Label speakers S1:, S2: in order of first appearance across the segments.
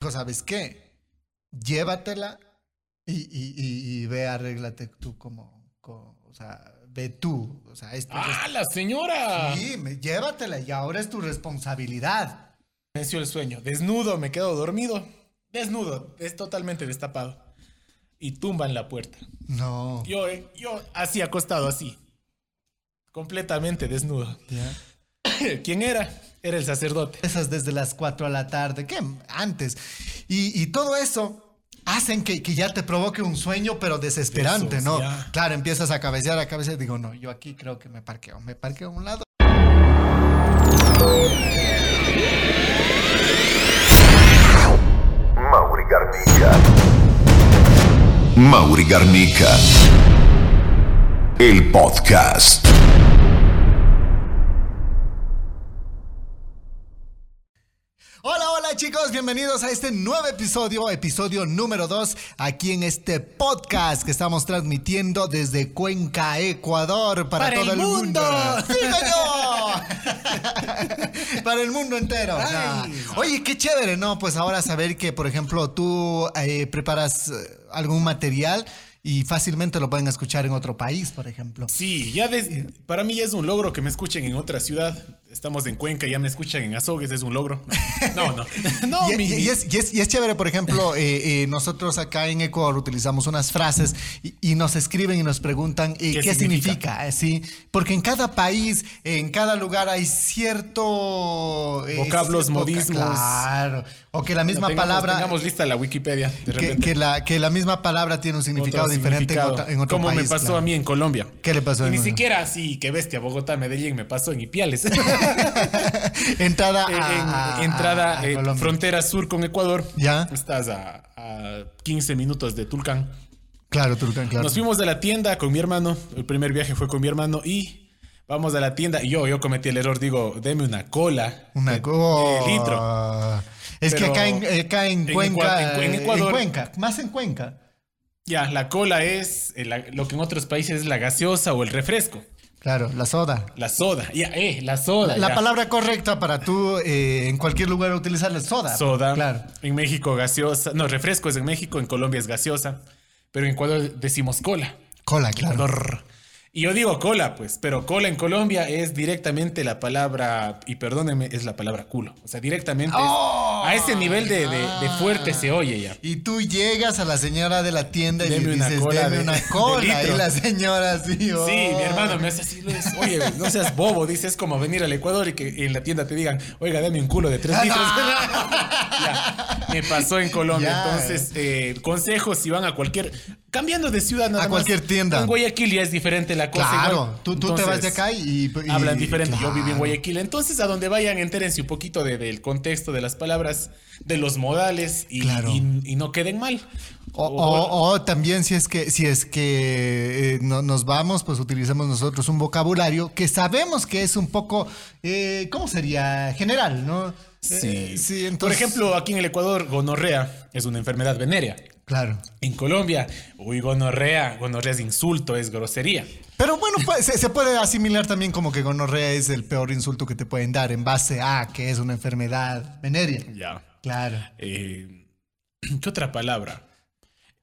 S1: dijo, pues, ¿sabes qué? Llévatela y, y, y, y ve, arréglate tú como, como- o sea, ve tú. O sea, es tu
S2: ¡Ah, la señora!
S1: res- Sí, me- llévatela y ahora es tu responsabilidad.
S2: Necio el sueño. Desnudo, me quedo dormido. Desnudo, es totalmente destapado. Y tumban la puerta.
S1: No.
S2: Yo, eh, yo, así acostado, así. Completamente desnudo.
S1: Ya.
S2: ¿Quién era? Era el sacerdote.
S1: Esas desde las 4 a la tarde, que antes. Y, y todo eso hacen que, que ya te provoque un sueño, pero desesperante,
S2: Eso,
S1: ¿no?
S2: ya.
S1: Claro, empiezas a cabecear, a cabecear. Digo, no, yo aquí creo que me parqueo. Me parqueo a un lado.
S3: Mauri Garnica. Mauri Garnica. Il podcast.
S1: Hola, hola chicos, bienvenidos a este nuevo episodio, episodio número 2, aquí en este podcast que estamos transmitiendo desde Cuenca, Ecuador, para,
S2: ¡Para
S1: todo
S2: el
S1: el mundo.
S2: mundo!
S1: ¡Sí, señor! para el mundo entero.
S2: Ay.
S1: Nah. Oye, qué chévere, ¿no? Pues ahora saber que, por ejemplo, tú eh, preparas eh, algún material y fácilmente lo pueden escuchar en otro país, por ejemplo.
S2: Sí, ya des- para mí ya es un logro que me escuchen en otra ciudad. Estamos en Cuenca, ya me escuchan en Azogues, es un logro. No, no. No,
S1: Y,
S2: mi-
S1: y- y es, y es- y es chévere, por ejemplo, eh, eh, nosotros acá en Ecuador utilizamos unas frases y, y nos escriben y nos preguntan eh,
S2: ¿Qué
S1: qué, significa, eh, sí, porque en cada país, en cada lugar hay cierto eh,
S2: Vocablos,
S1: cierto-
S2: modismos.
S1: Claro, o que la misma
S2: tengamos-
S1: palabra eh,
S2: Tengamos lista la Wikipedia. De
S1: que,
S2: repente.
S1: que la que la misma palabra tiene un significado
S2: Otro
S1: diferente en
S2: significado.
S1: otra- en otro
S2: Como
S1: país.
S2: me pasó
S1: claro.
S2: a mí en Colombia.
S1: ¿Qué le pasó
S2: Y
S1: a
S2: ni
S1: uno?
S2: siquiera así, qué bestia, Bogotá, Medellín, me pasó en Ipiales.
S1: Entrada
S2: Eh, en-
S1: a, a-
S2: entrada,
S1: Ah, a
S2: eh,
S1: Colombia.
S2: frontera sur con Ecuador.
S1: Ya.
S2: Estás a, a 15 minutos de Tulcán.
S1: Claro, Turcán, claro.
S2: Nos fuimos de la tienda con mi hermano. El primer viaje fue con mi hermano y vamos a la tienda. Y yo, yo cometí el error, digo, deme una cola.
S1: Una
S2: de-
S1: go-
S2: de litro.
S1: Es
S2: Pero
S1: que acá en, acá en
S2: en
S1: Cuenca.
S2: Ecua- en- en
S1: eh,
S2: Ecuador-
S1: Cuenca, más en Cuenca.
S2: Ya, la cola es eh, la- lo que en otros países es la gaseosa o el refresco.
S1: Claro, la soda.
S2: La soda. Ya, eh, la soda.
S1: La
S2: ya.
S1: palabra correcta para tú eh, en cualquier lugar utilizar es soda.
S2: soda.
S1: Ah, pues, Claro.
S2: En México gaseosa. No, refresco es en México, en Colombia es gaseosa. Pero en Ecuador decimos cola.
S1: Cola, claro.
S2: Ecuador. Y yo digo cola, pues, pero cola en Colombia es directamente la palabra, y perdónenme, es la palabra culo. O sea, directamente es-
S1: ¡Oh! Ah.
S2: a ese nivel de, de- de fuerte se oye ya.
S1: Y tú llegas a la señora de la tienda y
S2: Deme
S1: le
S2: una
S1: dices,
S2: cola
S1: deme
S2: de-
S1: una
S2: de
S1: cola.
S2: litro.
S1: y la señora así. oh.
S2: Sí, mi hermano me hace así, Luis, oye, güey, no seas bobo, dice, es como venir al Ecuador y que en la tienda te digan, oiga, dame un culo de
S1: Ah,
S2: tres litros. Ya, me pasó en Colombia.
S1: Ya.
S2: Entonces, eh, consejos si van a cualquier, cambiando de ciudad nada
S1: A
S2: más.
S1: cualquier tienda.
S2: En Guayaquil ya es diferente la cosa.
S1: Claro,
S2: igual.
S1: tú, tú te vas de
S2: pues, Entonces,
S1: acá y. y-
S2: hablan diferente.
S1: claro.
S2: Yo viví en Guayaquil. Entonces, a donde vayan, entérense un poquito de- del contexto de las palabras, de los modales y,
S1: Claro.
S2: y- y no queden mal.
S1: O, o- o también si es que si es que eh, no- nos vamos, pues utilizamos nosotros un vocabulario que sabemos que es un poco, eh, ¿cómo sería? General, ¿no? Eh, sí,
S2: Por
S1: entonces-
S2: ejemplo, aquí en el Ecuador, gonorrea es una enfermedad venérea.
S1: Claro.
S2: En Colombia, uy, gonorrea, gonorrea es insulto, es grosería.
S1: Pero bueno, pues, se, se puede asimilar también como que gonorrea es el peor insulto que te pueden dar en base a que es una enfermedad venérea.
S2: Ya.
S1: Claro.
S2: Eh, ¿Qué otra palabra?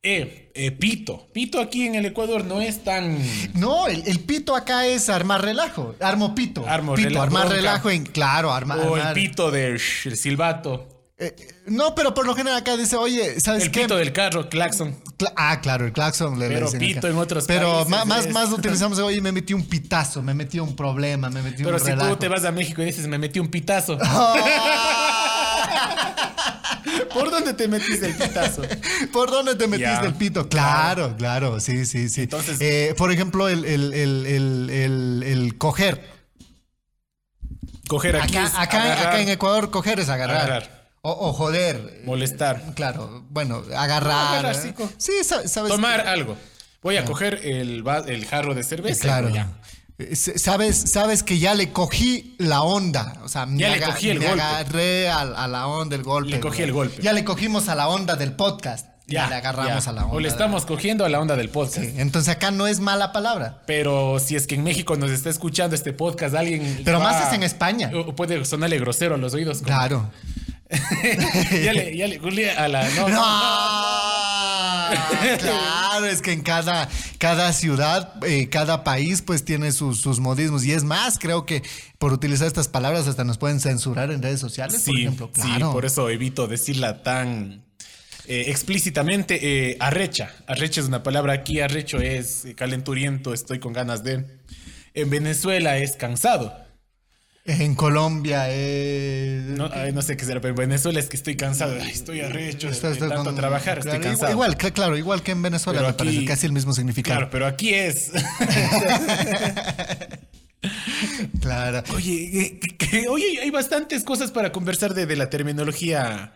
S2: Eh, eh, pito. Pito aquí en el Ecuador no es tan...
S1: No, el, el pito acá es armar relajo. Armo pito.
S2: Armo
S1: pito,
S2: rela-
S1: armar
S2: bronca.
S1: relajo en. Claro, arma-
S2: O el
S1: armar-
S2: pito del sh- el silbato.
S1: Eh, no, pero por lo general acá dice, oye, ¿sabes
S2: El
S1: qué?
S2: pito del carro, claxon.
S1: Cla- ah, claro, el claxon le le
S2: Pero
S1: dicen
S2: pito
S1: acá.
S2: en otros
S1: Pero
S2: países
S1: ma- más,
S2: es-
S1: más utilizamos, oye, me metí un pitazo, me metí un problema, me metí
S2: Pero
S1: un
S2: si
S1: relajo.
S2: tú te vas a México y dices, me metí un pitazo. ¿Por dónde te metiste el pitazo?
S1: ¿Por dónde te metiste
S2: Ya.
S1: el pito? Claro, claro, sí, sí, sí.
S2: Entonces-
S1: Eh, por ejemplo, el, el- el- el- el- el coger.
S2: Coger aquí.
S1: Acá,
S2: es
S1: acá-
S2: agarrar,
S1: acá en Ecuador, coger es agarrar.
S2: Agarrar.
S1: O, o joder.
S2: Molestar.
S1: Claro, bueno, agarrar. ¿eh?
S2: Agarrar, sí, co-
S1: Pues sí, sa- sabes.
S2: Tomar algo. Voy a coger el, va- el jarro de cerveza.
S1: Claro.
S2: ya.
S1: Eh, s- Sabes, sabes que ya le cogí la onda. O sea, me,
S2: Ya le cogí el
S1: me
S2: golpe.
S1: agarré a, a la onda del golpe.
S2: Le cogí
S1: ¿no?
S2: el golpe.
S1: Ya le cogimos a la onda del podcast. Ya,
S2: Ya,
S1: le agarramos
S2: ya.
S1: a la onda.
S2: O le
S1: del-
S2: estamos cogiendo a la onda del podcast.
S1: Sí, Entonces acá no es mala palabra.
S2: Pero si es que en México nos está escuchando este podcast, alguien.
S1: Pero
S2: va-
S1: más es en España.
S2: o- o Puede sonarle grosero a los oídos. como,
S1: Claro.
S2: ya le, ya le, Julia, a la. No,
S1: No, claro, es que en cada, cada ciudad, eh, cada país, pues tiene sus, sus modismos. Y es más, creo que por utilizar estas palabras hasta nos pueden censurar en redes sociales,
S2: Sí,
S1: por ejemplo. Claro.
S2: sí, por eso evito decirla tan eh, explícitamente. eh, arrecha. Arrecha es una palabra aquí. Arrecho es eh, calenturiento, estoy con ganas de. En Venezuela es cansado.
S1: En Colombia es.
S2: No, ay, no sé qué será, pero en Venezuela es que estoy cansado. Ay, estoy arrecho de,
S1: Estás- estás
S2: de Este, tanto
S1: con-
S2: trabajar,
S1: claro,
S2: estoy
S1: igual-
S2: cansado.
S1: Igual, que- claro, igual que en Venezuela,
S2: Pero
S1: me parece
S2: aquí-
S1: casi el mismo significado.
S2: Claro, pero aquí es.
S1: Claro.
S2: Oye, que- que- oye, hay bastantes cosas para conversar de, de la terminología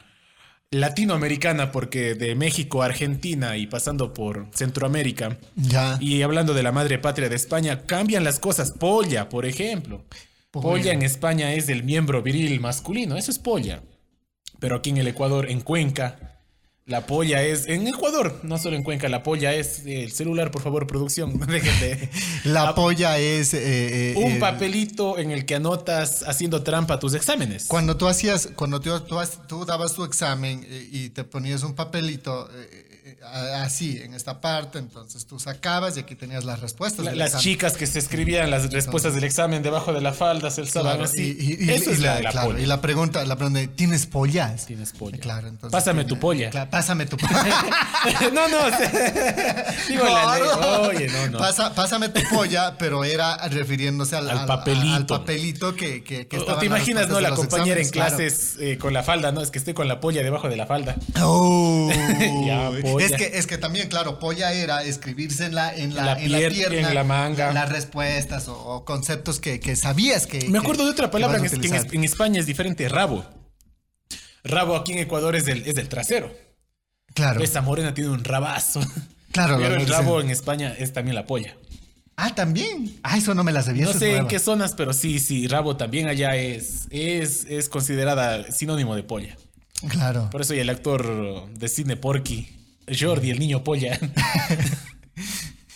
S2: latinoamericana, porque de México a Argentina y pasando por Centroamérica
S1: Ya.
S2: y hablando de la madre patria de España, cambian las cosas. Polla, por ejemplo.
S1: Polla.
S2: Polla en España es del miembro viril masculino, eso es polla. Pero aquí en el Ecuador, en Cuenca, la polla es. En Ecuador, no solo en Cuenca, la polla es. El celular, por favor, producción, déjate.
S1: La
S2: Ah,
S1: polla es. eh, eh,
S2: un
S1: eh,
S2: papelito en el que anotas haciendo trampa tus exámenes.
S1: Cuando tú hacías, cuando tú, tú has- tú dabas tu examen eh, y te ponías un papelito eh, eh, a- así, en esta parte, entonces tú sacabas y aquí tenías las respuestas.
S2: La-
S1: del
S2: las
S1: examen.
S2: chicas que se escribían las respuestas del examen debajo de la falda se alzaban
S1: Claro,
S2: así.
S1: y, y- y-
S2: Eso
S1: y
S2: es la,
S1: la,
S2: la
S1: claro,
S2: polla.
S1: y la pregunta, la pregunta, ¿tienes pollas?
S2: Tienes polla.
S1: Claro, entonces.
S2: Pásame
S1: tiene-
S2: tu polla.
S1: Claro, pásame tu polla.
S2: no, no. se- digo, la ley.
S1: Claro.
S2: Oye, no, no.
S1: Pasa- pásame tu polla, pero era refiriéndose al,
S2: Al
S1: al-
S2: papelito.
S1: al papelito que, que, que
S2: O- o
S1: estaban
S2: te
S1: las
S2: imaginas,
S1: respuestas
S2: ¿no?
S1: de
S2: La
S1: los
S2: compañera en
S1: exámenes, claro.
S2: clases eh, con la falda, ¿no? Es que estoy con la polla debajo de la falda.
S1: Oh.
S2: Ya, polla.
S1: es, que, es que también, claro, polla era escribirse en la, en la,
S2: La
S1: en la
S2: pier-
S1: pierna,
S2: en la manga.
S1: las respuestas o, o conceptos que, que sabías que.
S2: Me acuerdo
S1: que-
S2: de otra palabra
S1: que
S2: que,
S1: vas a
S2: es- que en, es-
S1: utilizar.
S2: en España es diferente, rabo. Rabo aquí en Ecuador es del, es del trasero.
S1: Claro,
S2: Esa morena tiene un rabazo.
S1: claro.
S2: Pero
S1: lo
S2: el
S1: dicen.
S2: rabo en España es también la polla.
S1: Ah, también. Ah, eso no me la sabía.
S2: No
S1: eso es
S2: sé en
S1: nueva.
S2: qué zonas, pero sí, sí, rabo también allá es, es, es considerada sinónimo de polla.
S1: Claro.
S2: Por eso y el actor de cine Porky, Jordi, el niño polla.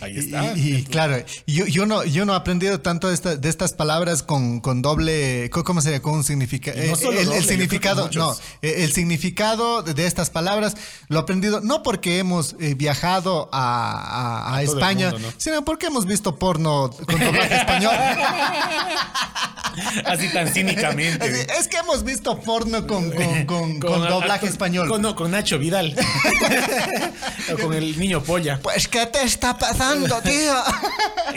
S2: Ahí
S1: Y,
S2: está.
S1: y- y, claro, yo, yo no yo no he aprendido tanto de, esta- de estas palabras con, con doble, co- ¿cómo sería? Con un significado.
S2: Y no solo
S1: el,
S2: doble, yo creo que
S1: significado,
S2: muchos.
S1: no, eh, el significado de, de estas palabras lo he aprendido no porque hemos eh, viajado a, a- a
S2: todo el
S1: España,
S2: mundo, ¿no?
S1: sino porque hemos visto porno con doblaje español.
S2: Así tan cínicamente.
S1: Así, es que hemos visto porno con, con, con- con
S2: a-
S1: doblaje
S2: con-
S1: español.
S2: Con, no, con Nacho Vidal. o con el niño polla.
S1: Pues, ¿qué te está pasando, tío?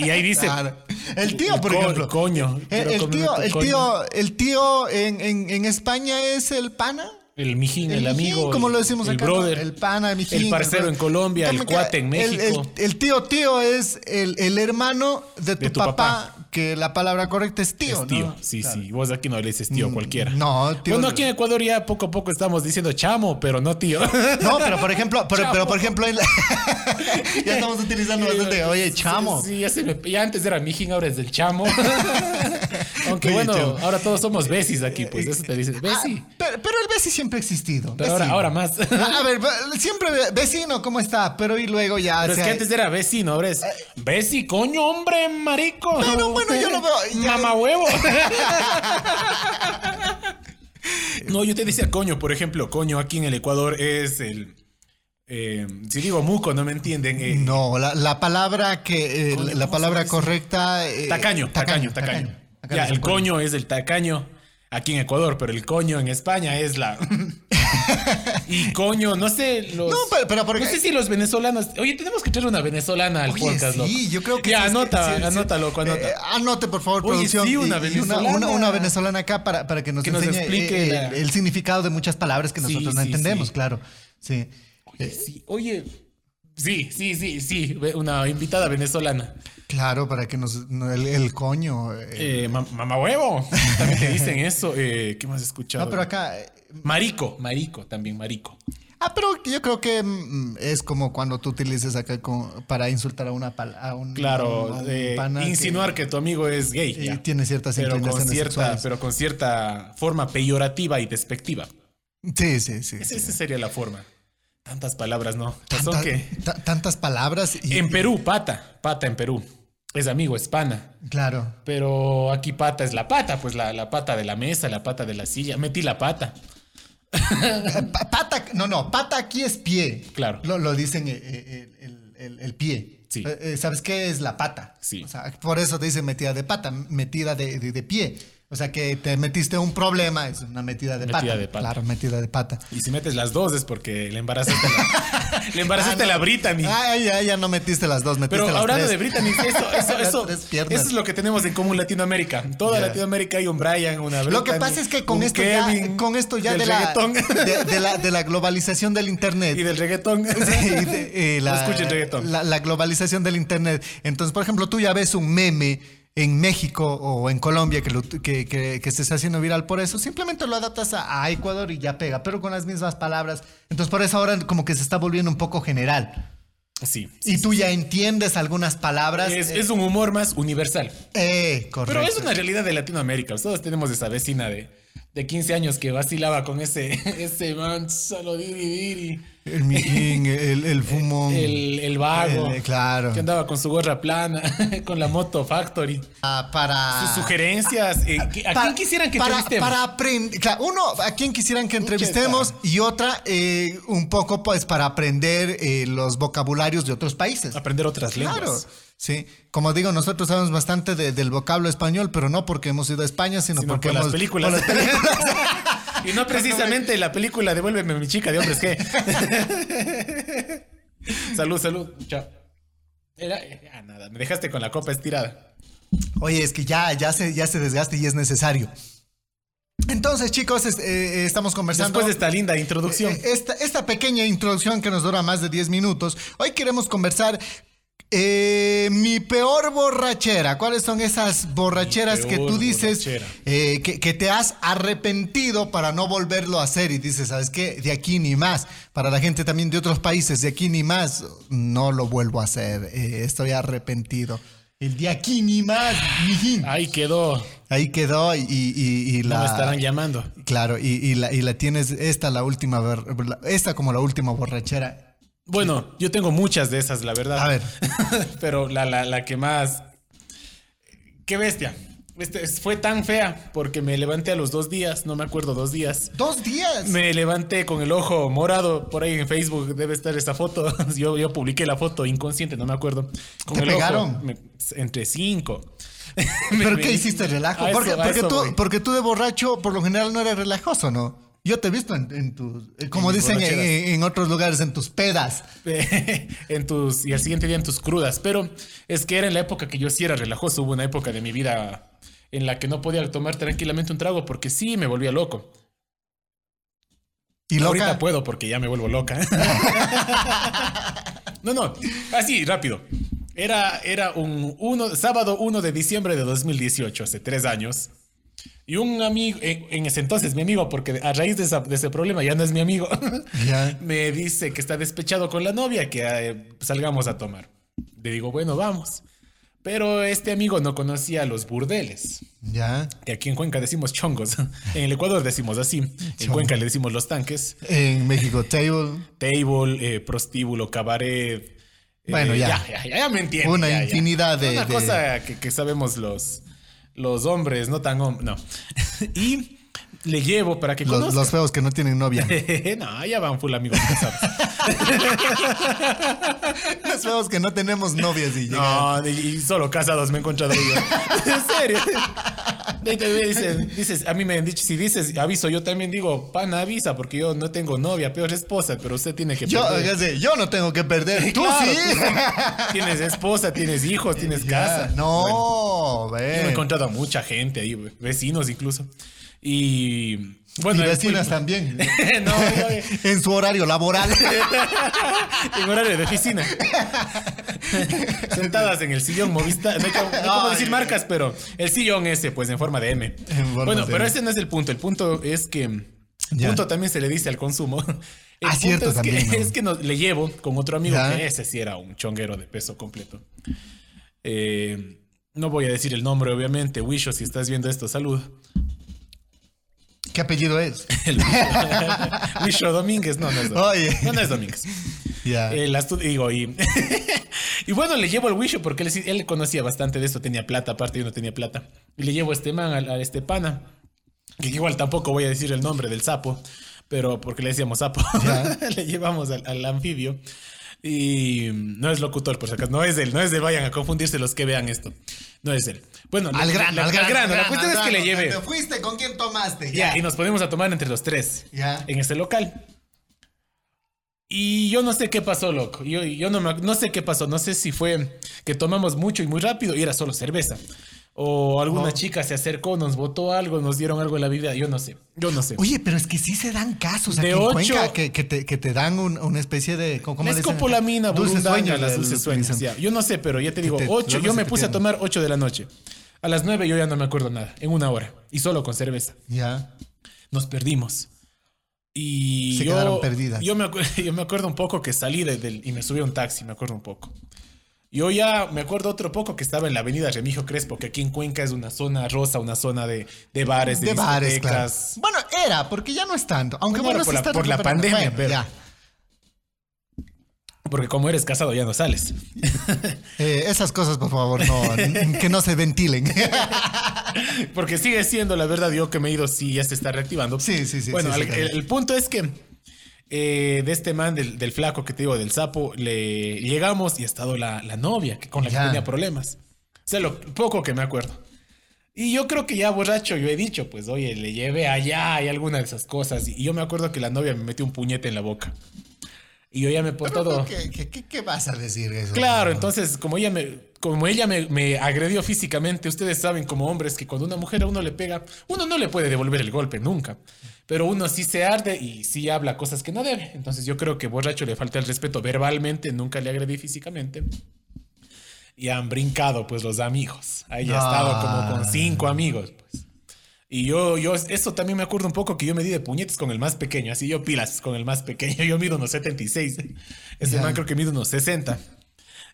S2: Y ahí dice.
S1: Claro. El tío, por
S2: Co-
S1: ejemplo.
S2: Coño.
S1: El,
S2: Quiero
S1: el
S2: comerme
S1: tío,
S2: tu
S1: el
S2: coño.
S1: tío, el tío en, en- en España es el pana.
S2: El mijín, el,
S1: mijín,
S2: amigo.
S1: como
S2: el-
S1: lo decimos
S2: el
S1: acá. ¿no?
S2: brother.
S1: El pana, el mijín.
S2: El parcero
S1: brother.
S2: en Colombia, el
S1: También que
S2: cuate en
S1: el-
S2: México.
S1: El, el tío tío es el, el hermano de tu,
S2: De tu
S1: papá,
S2: papá.
S1: que la palabra correcta es tío,
S2: Es tío,
S1: ¿no? Mm,
S2: sí, sí. Vos aquí no le dices tío a cualquiera.
S1: no, tío.
S2: Bueno, aquí en Ecuador ya poco a poco estamos diciendo chamo, pero no tío.
S1: No, pero por ejemplo, pero, pero por ejemplo, en la- ya estamos utilizando bastante. Oye, chamo.
S2: Sí, ya, se me- ya antes era mijín, ahora es del chamo. Aunque
S1: Oye,
S2: bueno,
S1: chamo. Eh,
S2: ahora todos somos besis aquí, pues eso te dices, besi.
S1: Ah, pero, pero el Bessie siempre ha existido.
S2: Pero ahora,
S1: Bessie.
S2: ahora más. Pero
S1: A ver, siempre ve- vecino, ¿cómo está? Pero y luego ya. o
S2: es
S1: sea,
S2: que antes era besi, no ahora es besi, coño, hombre, marico.
S1: Pero Eh, bueno, yo lo veo, ya-
S2: Mamá huevo. no, yo te decía coño, por ejemplo, coño aquí en el Ecuador es el. eh, si digo muco, no me entienden. eh,
S1: No, la, la palabra que. eh,
S2: Coño,
S1: la
S2: ¿cómo
S1: palabra
S2: se dice?
S1: correcta. eh,
S2: Tacaño, tacaño, tacaño.
S1: Tacaño
S2: Ya,
S1: es
S2: el coño es el tacaño aquí en Ecuador, pero el coño en España es la. y coño, no sé. Los,
S1: No, pero, pero porque.
S2: no sé si los venezolanos. Oye, tenemos que traer una venezolana al
S1: Oye,
S2: podcast,
S1: sí,
S2: loco.
S1: yo creo que
S2: Ya,
S1: sí, es que-
S2: anota,
S1: sí, sí.
S2: anota, loco, anota.
S1: Eh, anote, por favor,
S2: Oye,
S1: producción.
S2: sí,
S1: y-
S2: una
S1: y
S2: venezolana.
S1: una, una venezolana acá para, para que nos
S2: Que nos
S1: enseñe
S2: explique
S1: eh,
S2: la-
S1: el, el significado de muchas palabras que
S2: Sí,
S1: nosotros no
S2: sí,
S1: entendemos,
S2: sí.
S1: claro. Sí. eh,
S2: Oye, sí, oye. Sí, sí, sí, sí. ve- Una invitada venezolana.
S1: Claro, para que nos. no, el, el coño. eh.
S2: Eh, mam- mamá huevo. También te dicen eso. eh, ¿Qué más he escuchado?
S1: no, pero acá. eh,
S2: Marico, marico, también marico.
S1: Ah, pero yo creo que mm, es como cuando tú utilizas acá con- para insultar a una pal- a un
S2: Claro,
S1: a un
S2: de
S1: pana que-
S2: insinuar que, tu amigo es gay.
S1: y
S2: ya.
S1: tiene ciertas
S2: pero con
S1: inclinaciones
S2: cierta,
S1: sexuales.
S2: pero con cierta forma peyorativa y despectiva.
S1: Sí, sí, sí.
S2: Esa,
S1: sí.
S2: esa sería la forma. Tantas palabras, ¿no? Pasó
S1: Tanta-
S2: que
S1: ta- tantas palabras y
S2: en Perú, pata, pata en Perú. Es amigo, es pana.
S1: claro.
S2: Pero aquí pata es la pata, pues la, la pata de la mesa, la pata de la silla. Metí la pata.
S1: Pa- pata, no, no, pata aquí es pie.
S2: Claro.
S1: Lo, lo dicen eh, eh, el, el- el- el pie.
S2: Sí.
S1: Eh, eh, ¿Sabes qué es la pata?
S2: Sí.
S1: O sea, por eso te dicen metida de pata, metida de, de- de pie. O sea, que te metiste un problema, es una metida de
S2: Metida
S1: pata.
S2: de pata.
S1: Claro, metida de pata.
S2: Y si metes las dos es porque le embarazaste la, le embarazaste
S1: Ah, no.
S2: la Brittany.
S1: Ay, ya, ya no metiste las dos, metiste
S2: Pero
S1: las
S2: hablando
S1: tres.
S2: de Brittany, eso, eso,
S1: Las
S2: eso,
S1: tres
S2: eso
S1: piernas.
S2: es lo que tenemos en común Latinoamérica. En Toda
S1: Ya.
S2: Latinoamérica hay un Brian, una Brittany,
S1: Lo que pasa es que con
S2: un
S1: esto,
S2: Kevin
S1: ya, con esto ya
S2: del
S1: de la,
S2: reggaetón
S1: de- de la- de la globalización del Internet.
S2: y del reggaetón.
S1: Sí, y de- y
S2: No escuchen reggaetón.
S1: la- la globalización del Internet. Entonces, por ejemplo, tú ya ves un meme en México o en Colombia que, lo- que, que- que se está haciendo viral por eso, simplemente lo adaptas a, a Ecuador y ya pega, pero con las mismas palabras. Entonces, por eso ahora como que se está volviendo un poco general.
S2: Sí.
S1: Y tú ya entiendes algunas palabras.
S2: Es,
S1: eh,
S2: es un humor más universal.
S1: eh, correcto.
S2: Pero es una realidad de Latinoamérica. Todos tenemos esa vecina de, de 15 años que vacilaba con ese, ese man solo diri diri.
S1: El mijín, el, el fumón.
S2: El, el vago.
S1: Mm. El- claro.
S2: Que andaba con su gorra plana, con la moto Factory.
S1: Ah, para...
S2: Sus sugerencias. eh, ¿qué- ¿A quién quisieran que
S1: para,
S2: entrevistemos?
S1: Para aprender. uno, a quién quisieran que entrevistemos y otra, eh, un poco, pues, para aprender eh, los vocabularios de otros países.
S2: Aprender otras lenguas.
S1: Claro. Sí. Como digo, nosotros sabemos bastante de- del vocablo español, pero no porque hemos ido a España, sino,
S2: Sino
S1: porque
S2: por las
S1: hemos-
S2: películas.
S1: por las películas.
S2: Y no precisamente la película Devuélveme mi chica de hombres G. salud, salud. Chao. Era, ah, nada, me dejaste con la copa estirada.
S1: Oye, es que ya, ya, se, ya se desgaste y es necesario. Entonces, chicos, es- eh, eh, estamos conversando.
S2: Después de esta linda introducción.
S1: Eh, Esta, esta pequeña introducción que nos dura más de 10 minutos, hoy queremos conversar eh, mi peor borrachera. ¿Cuáles son esas borracheras
S2: Mi
S1: que
S2: peor
S1: tú dices
S2: borrachera.
S1: eh, que, que te has arrepentido para no volverlo a hacer? Y dices, ¿sabes qué? De aquí ni más. Para la gente también de otros países, de aquí ni más, no lo vuelvo a hacer. eh, estoy arrepentido. El de aquí ni más, mijín.
S2: Ahí quedó.
S1: Ahí quedó y, y- y- y eh. la...
S2: No me estarán llamando.
S1: Claro, y, y la, y la tienes esta, la última, ver- la- esta como la última borrachera.
S2: Bueno, yo tengo muchas de esas, la verdad.
S1: A ver.
S2: Pero la, la, la que más. Qué bestia. Este, fue tan fea porque me levanté a los dos días, no me acuerdo, dos días.
S1: Dos días.
S2: Me levanté con el ojo morado. Por ahí en Facebook debe estar esa foto. Yo, yo publiqué la foto inconsciente, no me acuerdo. Con
S1: ¿Te
S2: el ojo,
S1: pegaron?
S2: me- entre cinco.
S1: ¿Pero
S2: Me-
S1: qué hiciste relajo?
S2: A
S1: porque,
S2: eso- a
S1: porque
S2: eso
S1: tú,
S2: voy.
S1: porque tú de borracho por lo general no eres relajoso, ¿no? Yo te he visto en, en tus, eh, como
S2: En mis
S1: dicen en,
S2: borracheras.
S1: en otros lugares, en tus pedas.
S2: en tus y al siguiente día en tus crudas, pero es que era en la época que yo sí era relajoso, hubo una época de mi vida en la que no podía tomar tranquilamente un trago porque sí me volvía loco.
S1: Y
S2: Ahorita
S1: loca.
S2: puedo porque ya me vuelvo loca. no, no, así rápido. Era, era un uno, sábado 1 de diciembre de 2018, hace tres años. Y un amigo, en, en ese entonces mi amigo, porque a raíz de, esa- de ese problema ya no es mi amigo,
S1: Ya.
S2: me dice que está despechado con la novia, que eh, salgamos a tomar. Le digo, bueno, vamos. Pero este amigo no conocía los burdeles,
S1: Ya.
S2: que aquí en Cuenca decimos chongos, en el Ecuador decimos así, en
S1: Chongo.
S2: Cuenca le decimos los tanques,
S1: En México Table,
S2: table, eh, prostíbulo, cabaret. eh,
S1: Bueno, ya.
S2: Ya, ya, ya me entiendes.
S1: Una
S2: ya, ya.
S1: infinidad de-
S2: Una
S1: de-
S2: cosa que, que sabemos los, los hombres, no tan hombres, no. y le llevo para que
S1: los,
S2: conozca.
S1: los feos que no tienen novia.
S2: no, ya van full amigos, ya sabes.
S1: los feos que no tenemos novias y llegan.
S2: No, y- y solo casados me he encontrado yo. en serio. Ve, te- ve, Dicen, dices, a mí me han dicho, si dices aviso, yo también digo, pan avisa, porque yo no tengo novia, peor esposa, pero usted tiene que
S1: Yo,
S2: perder.
S1: ya sé, yo no tengo que perder. Tú
S2: Claro,
S1: sí.
S2: Tienes esposa, tienes hijos, tienes
S1: Ya,
S2: casa. Bueno,
S1: No,
S2: yo me he
S1: ve.
S2: encontrado a mucha gente ahí, güey, vecinos incluso. Y bueno,
S1: Y vecinas
S2: fui-
S1: también.
S2: no, yo-
S1: en su horario laboral.
S2: En horario de oficina. Sentadas en el sillón Movistar. No hay como- no hay como decir marcas, pero el sillón ese, pues en forma de M.
S1: En forma
S2: bueno,
S1: de
S2: pero
S1: M.
S2: ese no es el punto. El punto es que. el
S1: Ya.
S2: punto también se le dice al consumo. El
S1: Ah,
S2: punto
S1: cierto,
S2: es que,
S1: también, ¿no?
S2: Es que nos- le llevo con otro amigo
S1: Ya.
S2: que ese sí era un chonguero de peso completo. Eh, no voy a decir el nombre, obviamente. Wisho, si estás viendo esto, salud.
S1: ¿Qué apellido es?
S2: Wisho Domínguez. No, no es Domínguez.
S1: Oye. Ah.
S2: No, no es Domínguez.
S1: Ya.
S2: El astu- digo, y, y bueno, le llevo el Wisho porque él, sí- él conocía bastante de esto, tenía plata, aparte yo no tenía plata. Y le llevo a este man, a, a este pana, que igual tampoco voy a decir el nombre del sapo, pero porque le decíamos sapo, le llevamos al, al anfibio. Y mm, no es locutor, por si acaso. No es él, no es él. Vayan a confundirse los que vean esto. No es él. Bueno, la-
S1: Al grano,
S2: la-
S1: al grano. al
S2: La
S1: grano,
S2: cuestión
S1: al
S2: es que le
S1: grano.
S2: lleve.
S1: ¿Te fuiste? ¿Con quién tomaste?
S2: Ya, y nos ponemos a tomar entre los tres.
S1: Ya.
S2: En este local. Y yo no sé qué pasó, loco. Yo, yo no, me ac- no sé qué pasó. No sé si fue que tomamos mucho y muy rápido y era solo cerveza. O alguna
S1: No.
S2: chica se acercó, nos botó algo, nos dieron algo en la vida. Yo no sé. Yo no sé.
S1: Oye, pero es que sí se dan casos
S2: De
S1: aquí en
S2: ocho-
S1: Cuenca que, que te, que te dan un- una especie de... ¿cómo le
S2: es
S1: dicen?
S2: copolamina,
S1: Dulces
S2: burundanga,
S1: sueños.
S2: las
S1: le-
S2: dulces
S1: le
S2: sueños.
S1: utilizan.
S2: ya. Yo no sé, pero ya te digo,
S1: te-
S2: ocho.
S1: luego
S2: Yo
S1: se
S2: me
S1: te
S2: puse a
S1: pierden.
S2: tomar 8 de la noche. A las 9 yo ya no me acuerdo nada. En una hora. Y solo con cerveza.
S1: Ya.
S2: nos perdimos. Y
S1: Se
S2: yo,
S1: quedaron perdidas.
S2: Yo me, acuer- yo me acuerdo un poco que salí de- del- y me subí a un taxi, me acuerdo un poco. Yo ya me acuerdo otro poco que estaba en la avenida Remigio Crespo, que aquí en Cuenca es una zona rosa, una zona de, de bares, de,
S1: de bares, claro.
S2: discotecas.
S1: Bueno, era, porque ya no es tanto. Aunque
S2: Bueno,
S1: bueno,
S2: por
S1: se
S2: la-
S1: está
S2: por la
S1: recuperando.
S2: pandemia,
S1: Bueno,
S2: pero-
S1: ya.
S2: Porque como eres casado ya no sales.
S1: Eh, esas cosas, por favor, no, n- que no se ventilen.
S2: Porque sigue siendo, la verdad, yo que me he ido, sí, ya se está reactivando.
S1: Sí, sí, sí,
S2: Bueno,
S1: sí, sí,
S2: el,
S1: claro.
S2: el- el punto es que eh, de este man, del, del flaco que te digo, del sapo, le llegamos y ha estado la, la novia que, con la
S1: Ya.
S2: que tenía problemas. O sea, lo poco que me acuerdo. Y yo creo que ya borracho yo he dicho, pues, oye, le llevé allá, hay alguna de esas cosas. Y yo me acuerdo que la novia me metió un puñete en la boca. Y yo ya me he portado...
S1: ¿Qué, qué- qué- qué vas a decir eso?
S2: Claro,
S1: No.
S2: entonces, como ella me, como ella me, me agredió físicamente, ustedes saben como hombres que cuando una mujer a uno le pega, uno no le puede devolver el golpe nunca. Pero uno sí se arde y sí habla cosas que no debe. Entonces yo creo que borracho le falta el respeto verbalmente, nunca le agredí físicamente. Y han brincado pues los amigos. Ahí ha estado como
S1: Ah.
S2: con cinco amigos. Pues. Y yo, yo, eso también me acuerdo un poco que yo me di de puñetes con el más pequeño, así yo pilas con el más pequeño, yo mido unos 76, ese
S1: Ya.
S2: man creo que mide unos 60.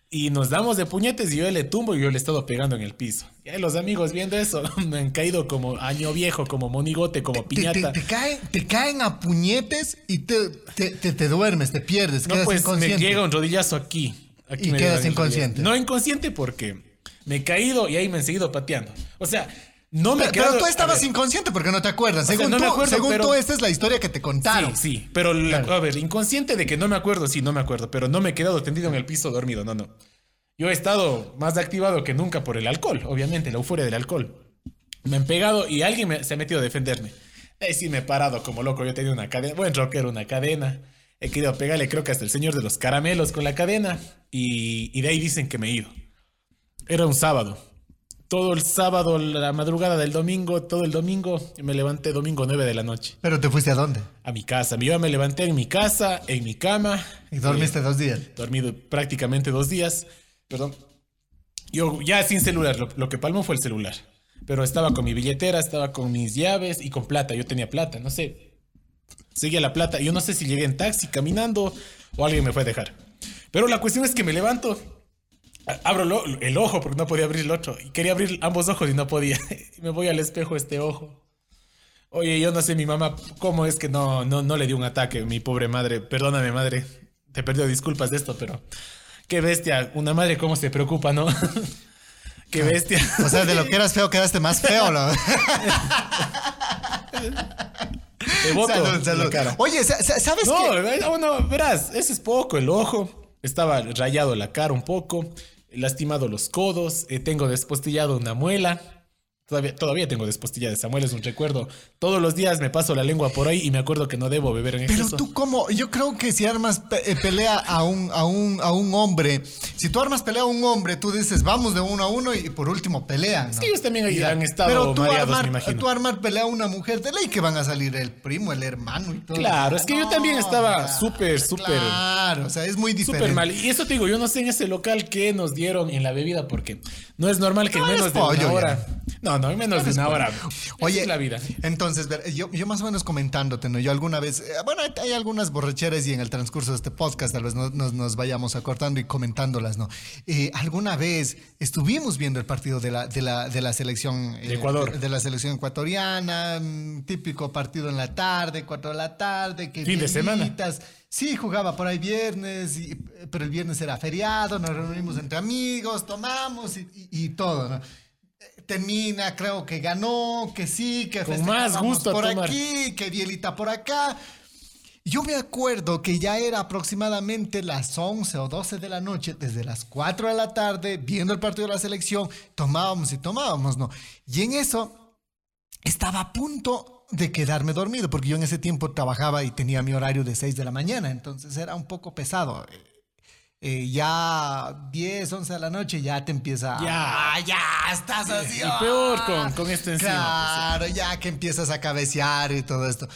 S2: Y nos damos de puñetes y yo le tumbo y yo le he estado pegando en el piso. Y ahí los amigos viendo eso me han caído como año viejo, como monigote, como
S1: Te, te-
S2: piñata.
S1: te caen, te caen a puñetes y te, te, te- te duermes, te pierdes,
S2: No,
S1: quedas
S2: pues me
S1: inconsciente.
S2: llega un rodillazo aquí. aquí
S1: Y
S2: me
S1: quedas
S2: llega el
S1: inconsciente.
S2: rodillazo. No inconsciente porque me he caído y ahí me han seguido pateando. O sea, no me he
S1: Pero, pero
S2: quedado-
S1: tú
S2: a
S1: estabas
S2: ver,
S1: inconsciente porque no te acuerdas.
S2: O sea,
S1: Según,
S2: no me
S1: tú,
S2: acuerdo,
S1: según
S2: pero-
S1: tú, esta es la historia que te contaron.
S2: Sí, sí, pero la-
S1: Claro.
S2: a ver, inconsciente de que no me acuerdo, sí, no me acuerdo, pero no me he quedado tendido en el piso dormido, no, no. Yo he estado más activado que nunca por el alcohol, obviamente, la euforia del alcohol. Me han pegado y alguien me- se ha metido a defenderme. Ahí sí me he parado como loco, yo tenía una cadena, buen rockero, una cadena. He querido pegarle, creo que hasta el señor de los caramelos con la cadena y, y de ahí dicen que me he ido. Era un sábado. Todo el sábado, la madrugada del domingo, todo el domingo, me levanté domingo 9 de la noche
S1: Pero te fuiste a dónde?
S2: a mi casa. Yo me levanté en mi casa, en mi cama.
S1: Y dormiste dos días.
S2: Eh, dormí du- prácticamente dos días. Perdón. Yo ya sin celular. Lo, lo que palmo fue el celular. Pero estaba con mi billetera, estaba con mis llaves y con plata. Yo tenía plata, no sé. Seguía la plata. Yo no sé si llegué en taxi, caminando o alguien me fue a dejar. Pero la cuestión es que me levanto. a- Abro lo- el ojo porque no podía abrir el otro. Y quería abrir ambos ojos y no podía. me voy al espejo este ojo. Oye, yo no sé, mi mamá, ¿cómo es que no, no, no le dio un ataque? Mi pobre madre, perdóname, madre, te perdió disculpas de esto, pero qué bestia, una madre, ¿cómo se preocupa, no? qué bestia.
S1: Ah. O sea, de lo que eras feo, quedaste más feo. ¿no?
S2: Te boto
S1: Salud,
S2: en
S1: salud.
S2: la cara.
S1: Oye, sa- sa- ¿sabes
S2: No,
S1: qué?
S2: eh, bueno, verás, eso es poco, el ojo, estaba rayado la cara un poco, lastimado los codos, eh, tengo despostillado una muela. Todavía, todavía tengo despostillada esa muela, es un recuerdo. Todos los días me paso la lengua por ahí y me acuerdo que no debo beber en
S1: Pero
S2: exceso.
S1: tú cómo, yo creo que si armas pe- eh, pelea a un, a, un, a un hombre, si tú armas pelea a un hombre, tú dices, vamos de uno a uno y por último pelean. ¿no?
S2: Sí, ellos también ahí han estado
S1: Pero tú
S2: mareados, me
S1: armar,
S2: imagino.
S1: tú armar pelea a una mujer de ley que van a salir el primo, el hermano y todo.
S2: Claro, es que yo también estaba súper, súper-
S1: Claro, o sea, es muy diferente.
S2: Súper mal. Y eso te digo, yo no sé en ese local qué nos dieron en la bebida, porque no es normal que en
S1: No eres
S2: menos de
S1: pollo
S2: una
S1: ya.
S2: hora. No, no, en menos de una hora. Oye,
S1: Oye,
S2: es la vida.
S1: Entonces, ver, yo, yo más o menos comentándote, ¿no? Yo alguna vez, eh, bueno, hay- hay algunas borracheras y en el transcurso de este podcast tal vez no- nos, nos vayamos acortando y comentándolas, ¿no? Eh, alguna vez estuvimos viendo el partido de la, de la, de la selección eh,
S2: Ecuador.
S1: De, la selección ecuatoriana, mm, típico partido en la tarde, cuatro de la tarde, que
S2: Fin de semana.
S1: velitas. Sí, jugaba por ahí viernes, y- eh, pero el viernes era feriado, nos reunimos entre amigos, tomamos y, y- y todo, ¿no? termina, creo que ganó, que sí, que
S2: Con
S1: festejamos
S2: más gusto a
S1: por
S2: tomar.
S1: aquí, que Bielita por acá. Yo me acuerdo que ya era aproximadamente las 11 o 12 de la noche, desde las 4 de la tarde, viendo el partido de la selección, tomábamos y tomábamos, ¿no? Y en eso estaba a punto de quedarme dormido, porque yo en ese tiempo trabajaba y tenía mi horario de 6 de la mañana, entonces era un poco pesado. Eh, ya 10, 11 de la noche ya te empieza...
S2: Ya. Eh,
S1: Ah, ya, estás así. ah".
S2: Y peor con, con esto encima.
S1: Claro,
S2: pues.
S1: ya que empiezas a cabecear y todo esto.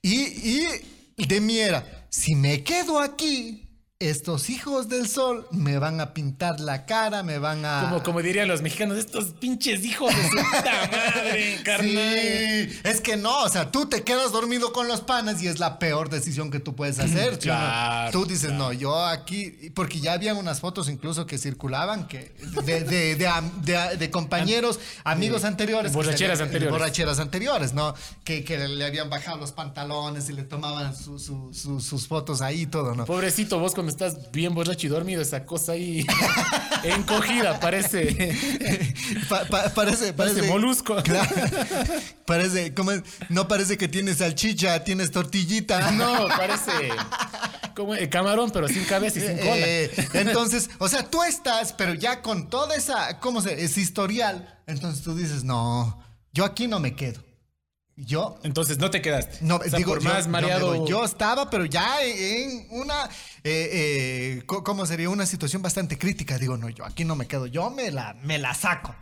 S1: Y, y de miera, si me quedo aquí, estos hijos del sol me van a pintar la cara, me van a.
S2: Como, como dirían los mexicanos, estos pinches hijos de su puta madre, carnal.
S1: Sí, es que no, o sea, tú te quedas dormido con los panas y es la peor decisión que tú puedes hacer. ¿sí o no?
S2: Mm, Claro,
S1: tú dices, no, yo aquí, porque ya habían unas fotos incluso que circulaban que de, de- de am- de- de compañeros, amigos anteriores. que
S2: borracheras
S1: se le-
S2: anteriores.
S1: Borracheras anteriores, ¿no? Que, que le habían bajado los pantalones y le tomaban su- su- su- sus fotos ahí y todo,
S2: Pues,
S1: ¿no?
S2: Pobrecito vos cuando estás bien borracho y dormido, esa cosa ahí encogida parece.
S1: Pa- pa- parece, parece
S2: pues, molusco.
S1: Claro. parece, ¿cómo es? No parece que tienes salchicha, tienes tortillita.
S2: No, parece como el camarón, pero sin cabeza y sin cola.
S1: Eh, entonces, o sea, tú estás, pero ya con toda esa, ¿cómo se? Es historial. Entonces tú dices, no, yo aquí no me quedo. Yo
S2: Entonces no te quedaste.
S1: no,
S2: O sea,
S1: digo,
S2: por
S1: yo-
S2: más
S1: yo,
S2: mareado.
S1: me voy. Yo estaba, pero ya en una, eh, eh, co- ¿cómo sería? Una situación bastante crítica. Digo, no, yo aquí no me quedo. Yo me la, me la saco.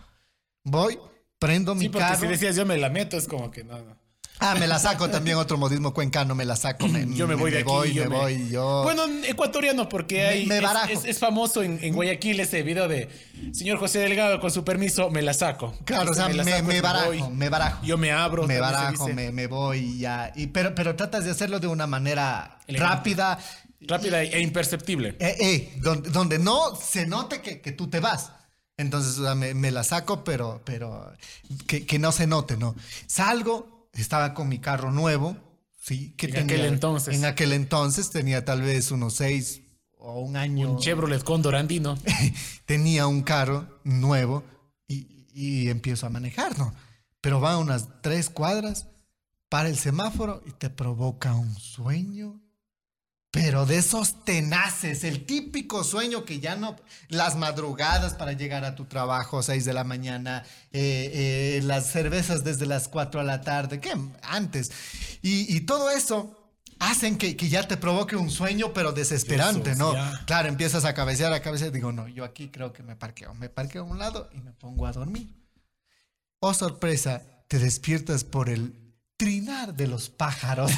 S1: Voy, prendo mi
S2: sí, porque
S1: carro.
S2: si decías yo me la meto, es como que no, no.
S1: Ah, me la saco también, otro modismo cuencano, me la saco.
S2: Yo me voy de aquí.
S1: Voy,
S2: yo
S1: me voy, yo.
S2: Bueno, ecuatoriano, porque
S1: Me-
S2: hay.
S1: me
S2: es-
S1: barajo.
S2: es, es famoso en, en Guayaquil ese video de señor José Delgado, con su permiso, Este, me la saco.
S1: claro, o
S2: Ese
S1: sea,
S2: la
S1: me,
S2: saco,
S1: me barajo,
S2: voy.
S1: me barajo.
S2: Yo me abro.
S1: me
S2: también se
S1: barajo,
S2: dice.
S1: me, me voy y ya. Y, pero, pero tratas de hacerlo de una manera
S2: Elegante.
S1: rápida,
S2: Rápida e imperceptible.
S1: eh, eh, donde, donde no se note que, que tú te vas. Entonces o sea, me, me la saco, pero, pero que, que no se note, ¿no? Salgo, estaba con mi carro nuevo, ¿sí? Que
S2: En aquel entonces.
S1: En aquel entonces tenía tal vez unos seis o un año.
S2: Un Chevrolet Condor andino.
S1: tenía un carro nuevo y, y empiezo a manejar, ¿no? Pero va a unas tres cuadras, para el semáforo y te provoca un sueño. Pero de esos tenaces, el típico sueño que ya no... Las madrugadas para llegar a tu trabajo, 6 de la mañana, eh, eh, las cervezas desde las 4 a la tarde, que antes. Y, y todo eso hacen que, que ya te provoque un sueño, pero desesperante,
S2: Jesús,
S1: ¿no?
S2: ya.
S1: Claro, empiezas a cabecear, a cabecear. Digo, no, yo aquí creo que me parqueo. Me parqueo a un lado y me pongo a dormir. Oh, sorpresa, te despiertas por el trinar de los pájaros.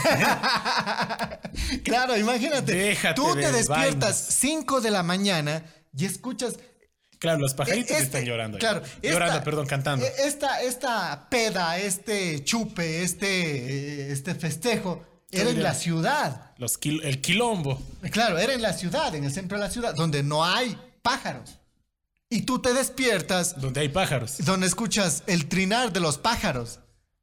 S1: claro, imagínate.
S2: Déjate
S1: tú
S2: de
S1: te despiertas
S2: vainas.
S1: 5 de la mañana y escuchas.
S2: Claro, los pajaritos
S1: este-
S2: están llorando.
S1: Claro,
S2: llorando,
S1: esta-
S2: perdón, cantando.
S1: eh, Esta, esta peda, este chupe, este, eh, este festejo, era en
S2: dirán.
S1: la ciudad.
S2: Los quil- el quilombo.
S1: Claro, era en la ciudad, en el centro de la ciudad, donde no hay pájaros. Y tú te despiertas
S2: Donde hay pájaros.
S1: donde escuchas el trinar de los pájaros.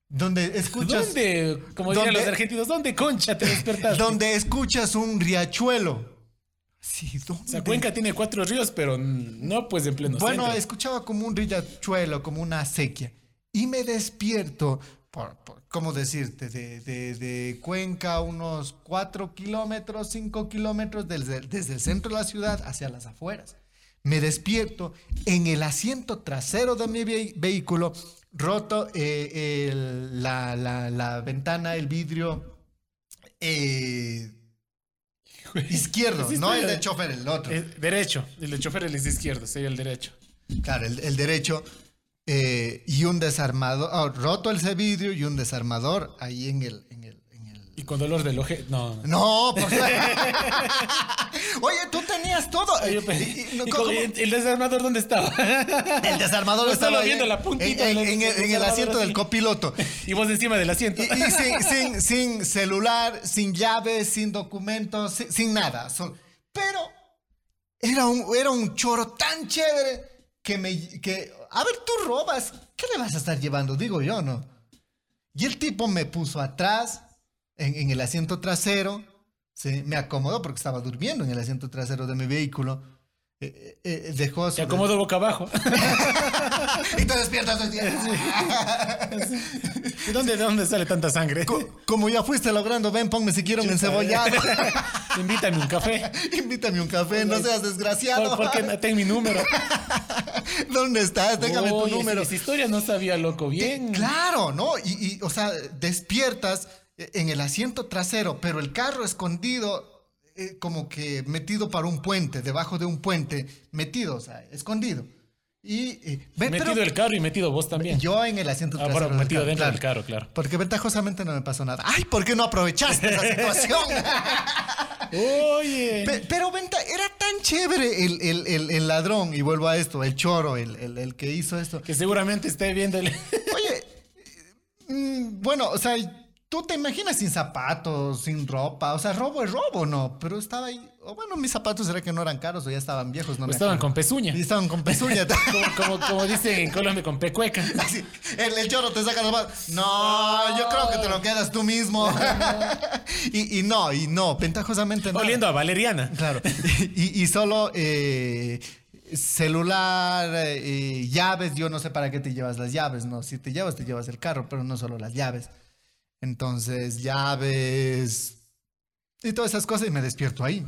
S1: Donde escuchas.
S2: ¿Dónde? Como dirían
S1: ¿Dónde?
S2: los argentinos, ¿dónde concha te despertaste?
S1: donde escuchas un riachuelo. Sí, ¿dónde?
S2: O sea, Cuenca tiene cuatro ríos, pero no pues en pleno
S1: bueno,
S2: centro.
S1: escuchaba como un riachuelo, como una sequía. Y me despierto, por, por- ¿cómo decirte? De, de- de Cuenca, a unos 4 kilómetros, 5 kilómetros desde, desde el centro de la ciudad hacia las afueras. Me despierto en el asiento trasero de mi ve- vehículo, roto eh, el- la, la- la ventana, el vidrio eh, izquierdo,
S2: Esa
S1: no el
S2: historia-
S1: de chofer, el otro.
S2: Eh, derecho. El de chofer es izquierdo, sería el derecho.
S1: Claro, el, el derecho eh, y un desarmador, ah, roto el vidrio y un desarmador ahí en el... En el, en el...
S2: Y con dolor del oje. No. no.
S1: No, por Oye, tú tenías todo.
S2: Yo pe-
S1: Y- y- no,
S2: y
S1: ¿cómo?
S2: con- ¿El el desarmador dónde estaba?
S1: El desarmador
S2: no
S1: estaba
S2: estaba
S1: ahí
S2: viendo la puntita
S1: en,
S2: del-
S1: en- en el- en
S2: del
S1: el
S2: desarmador
S1: asiento del
S2: así.
S1: copiloto.
S2: y vos encima del asiento.
S1: Y, y sin, sin- sin celular, sin llaves, sin documentos, sin, sin nada. Sol- Pero era un, era un choro tan chévere que me... Que, a ver, tú robas. ¿Qué le vas a estar llevando? Digo yo, ¿no? Y el tipo me puso atrás, en, en el asiento trasero. ¿sí? Me acomodó porque estaba durmiendo en el asiento trasero de mi vehículo. eh, eh, dejó su...
S2: Te acomodo boca abajo.
S1: Y te despiertas hoy día.
S2: ¿De dónde, de dónde sale tanta sangre?
S1: Co- Como ya fuiste logrando, ven, ponme si quiero un encebollado.
S2: Invítame un café.
S1: Invítame un café, no seas desgraciado.
S2: ¿Por, por qué no- ten mi número?
S1: ¿Dónde estás? Déjame
S2: Oye,
S1: tu
S2: si
S1: número.
S2: Esa historia no sabía loco bien.
S1: Claro, ¿no? Y, y, o sea, despiertas en el asiento trasero, pero el carro escondido, eh, como que metido para un puente, debajo de un puente, metido, o sea, escondido. Y eh, ve-
S2: metido
S1: pero
S2: el carro y metido vos también.
S1: yo en el asiento
S2: Ah,
S1: trasero.
S2: bueno,
S1: del
S2: metido
S1: carro,
S2: dentro del carro, claro.
S1: Porque ventajosamente no me pasó nada. Ay, ¿por qué no aprovechaste esa situación?
S2: Oye.
S1: Pe- pero venta, era tan chévere el, el- el- el ladrón, y vuelvo a esto, el choro, el, el- el que hizo esto.
S2: que seguramente esté viendo el...
S1: Oye, mm, bueno, o sea, tú te imaginas sin zapatos, sin ropa, o sea, robo es robo, ¿no? Pero estaba ahí, o bueno, mis zapatos será que no eran caros o ya estaban viejos, no me
S2: Estaban
S1: acuerdo.
S2: con pezuña.
S1: Y estaban con pezuña.
S2: Como, como, como dicen en Colombia, con pecueca.
S1: Así, el, el choro te saca los zapatos. No, yo creo que te lo quedas tú mismo. y, y no, y no, ventajosamente no.
S2: Oliendo a Valeriana.
S1: Claro. Y, y solo eh, celular, eh, llaves. Yo no sé para qué te llevas las llaves, ¿no? Si te llevas, te llevas el carro, pero no solo las llaves. Entonces, llaves y todas esas cosas. Y me despierto ahí.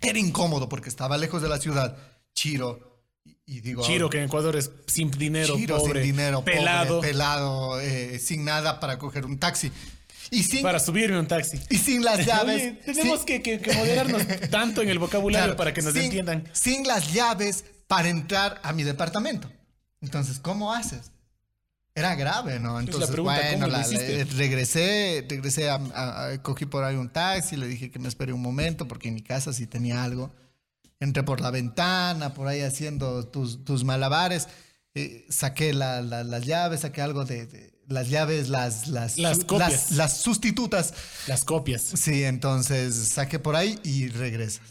S1: Era incómodo porque estaba lejos de la ciudad. Chiro. Y- Y digo,
S2: Chiro, que en Ecuador es sin dinero,
S1: Chiro
S2: pobre,
S1: sin dinero, pobre,
S2: pelado,
S1: pelado, eh, sin nada para coger un taxi. Y sin,
S2: para subirme a un taxi.
S1: y sin las llaves.
S2: Oye,
S1: sin-
S2: tenemos que, que- que moderarnos tanto en el vocabulario
S1: Claro,
S2: para que nos
S1: sin-
S2: entiendan.
S1: Sin las llaves para entrar a mi departamento. Entonces, ¿cómo haces? Era grave, ¿no? Entonces,
S2: pregunta, ¿cómo
S1: bueno,
S2: lo
S1: la-
S2: hiciste?
S1: eh, regresé, regresé a, a- a- cogí por ahí un taxi, le dije que me espere un momento porque en mi casa sí tenía algo. Entré por la ventana, por ahí haciendo tus, tus malabares. eh, saqué la- la- las llaves, saqué algo de, de- las llaves, las las
S2: Las copias.
S1: las, las sustitutas.
S2: Las copias.
S1: Sí, entonces saque por ahí y regresas.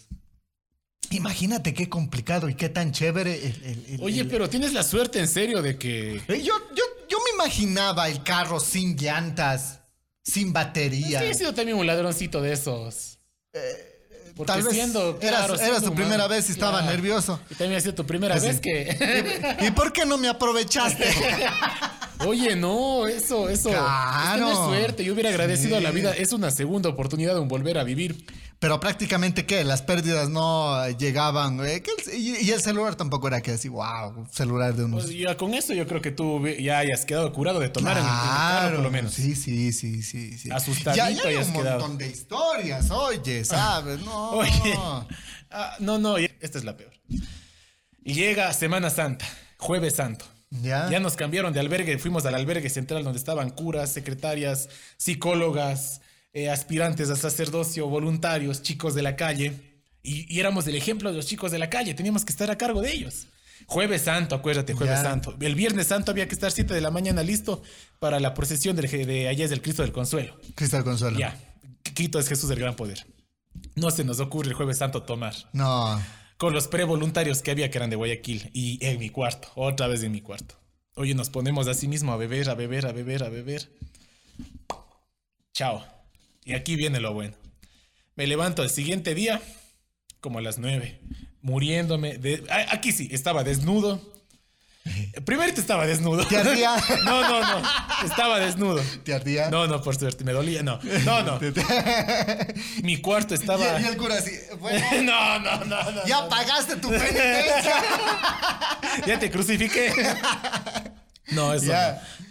S1: Imagínate qué complicado y qué tan chévere el... el- el-
S2: Oye,
S1: el-
S2: pero tienes la suerte en serio de que...
S1: Eh, Yo, yo, yo me imaginaba el carro sin llantas, sin batería.
S2: Pues, Sí, he sido también un ladroncito de esos. Porque
S1: Eh, Tal vez
S2: siendo,
S1: era-
S2: claro,
S1: era
S2: siendo
S1: su
S2: humano,
S1: primera vez y estaba
S2: claro.
S1: nervioso.
S2: Y también ha sido tu primera
S1: Pues
S2: vez
S1: sí.
S2: que...
S1: ¿Y por qué no me aprovechaste?
S2: Oye, no, eso, eso.
S1: Claro.
S2: Es tener suerte. Yo hubiera agradecido a la vida. Es una segunda oportunidad de un volver a vivir.
S1: Pero prácticamente qué, las pérdidas no llegaban. eh, que el- y, y el celular tampoco era que así, wow, celular de unos...
S2: Pues ya con eso yo creo que tú hubi- ya hayas quedado curado de tomar en el- en el carro,
S1: Claro,
S2: por lo menos.
S1: Sí, sí, sí, sí. sí.
S2: Asustadito
S1: Ya, ya hay
S2: hayas
S1: un montón
S2: quedado.
S1: de historias, oye, ¿sabes? No.
S2: Oye, ah, no, no, ya- esta es la peor. Llega Semana Santa, Jueves Santo.
S1: Ya.
S2: Ya nos cambiaron de albergue, fuimos al albergue central donde estaban curas, secretarias, psicólogas, eh, aspirantes a sacerdocio, voluntarios, chicos de la calle. Y, y éramos el ejemplo de los chicos de la calle, teníamos que estar a cargo de ellos. Jueves Santo, acuérdate, Jueves
S1: Ya.
S2: Santo. El Viernes Santo había que estar 7 de la mañana listo para la procesión del- de Allá es del Cristo del Consuelo.
S1: Cristal Consuelo.
S2: Ya, Quito es Jesús del Gran Poder. No se nos ocurre el jueves santo tomar.
S1: No.
S2: Con los prevoluntarios que había que eran de Guayaquil y en mi cuarto, otra vez en mi cuarto. Oye, nos ponemos así mismo a beber, a beber, a beber, a beber. Chao. Y aquí viene lo bueno. Me levanto el siguiente día, como a las nueve, muriéndome. de- a- Aquí sí, estaba desnudo. Primero estaba desnudo.
S1: ¿Te ardía?
S2: No, no, no. Estaba desnudo.
S1: ¿Te ardía?
S2: No, no, por suerte, me dolía, no. No, no. Mi cuarto
S1: Y,
S2: estaba.
S1: y el cura así, bueno,
S2: No, no, no, no.
S1: ya pagaste tu penitencia.
S2: Ya te crucifiqué. No, eso.
S1: Ya.
S2: no.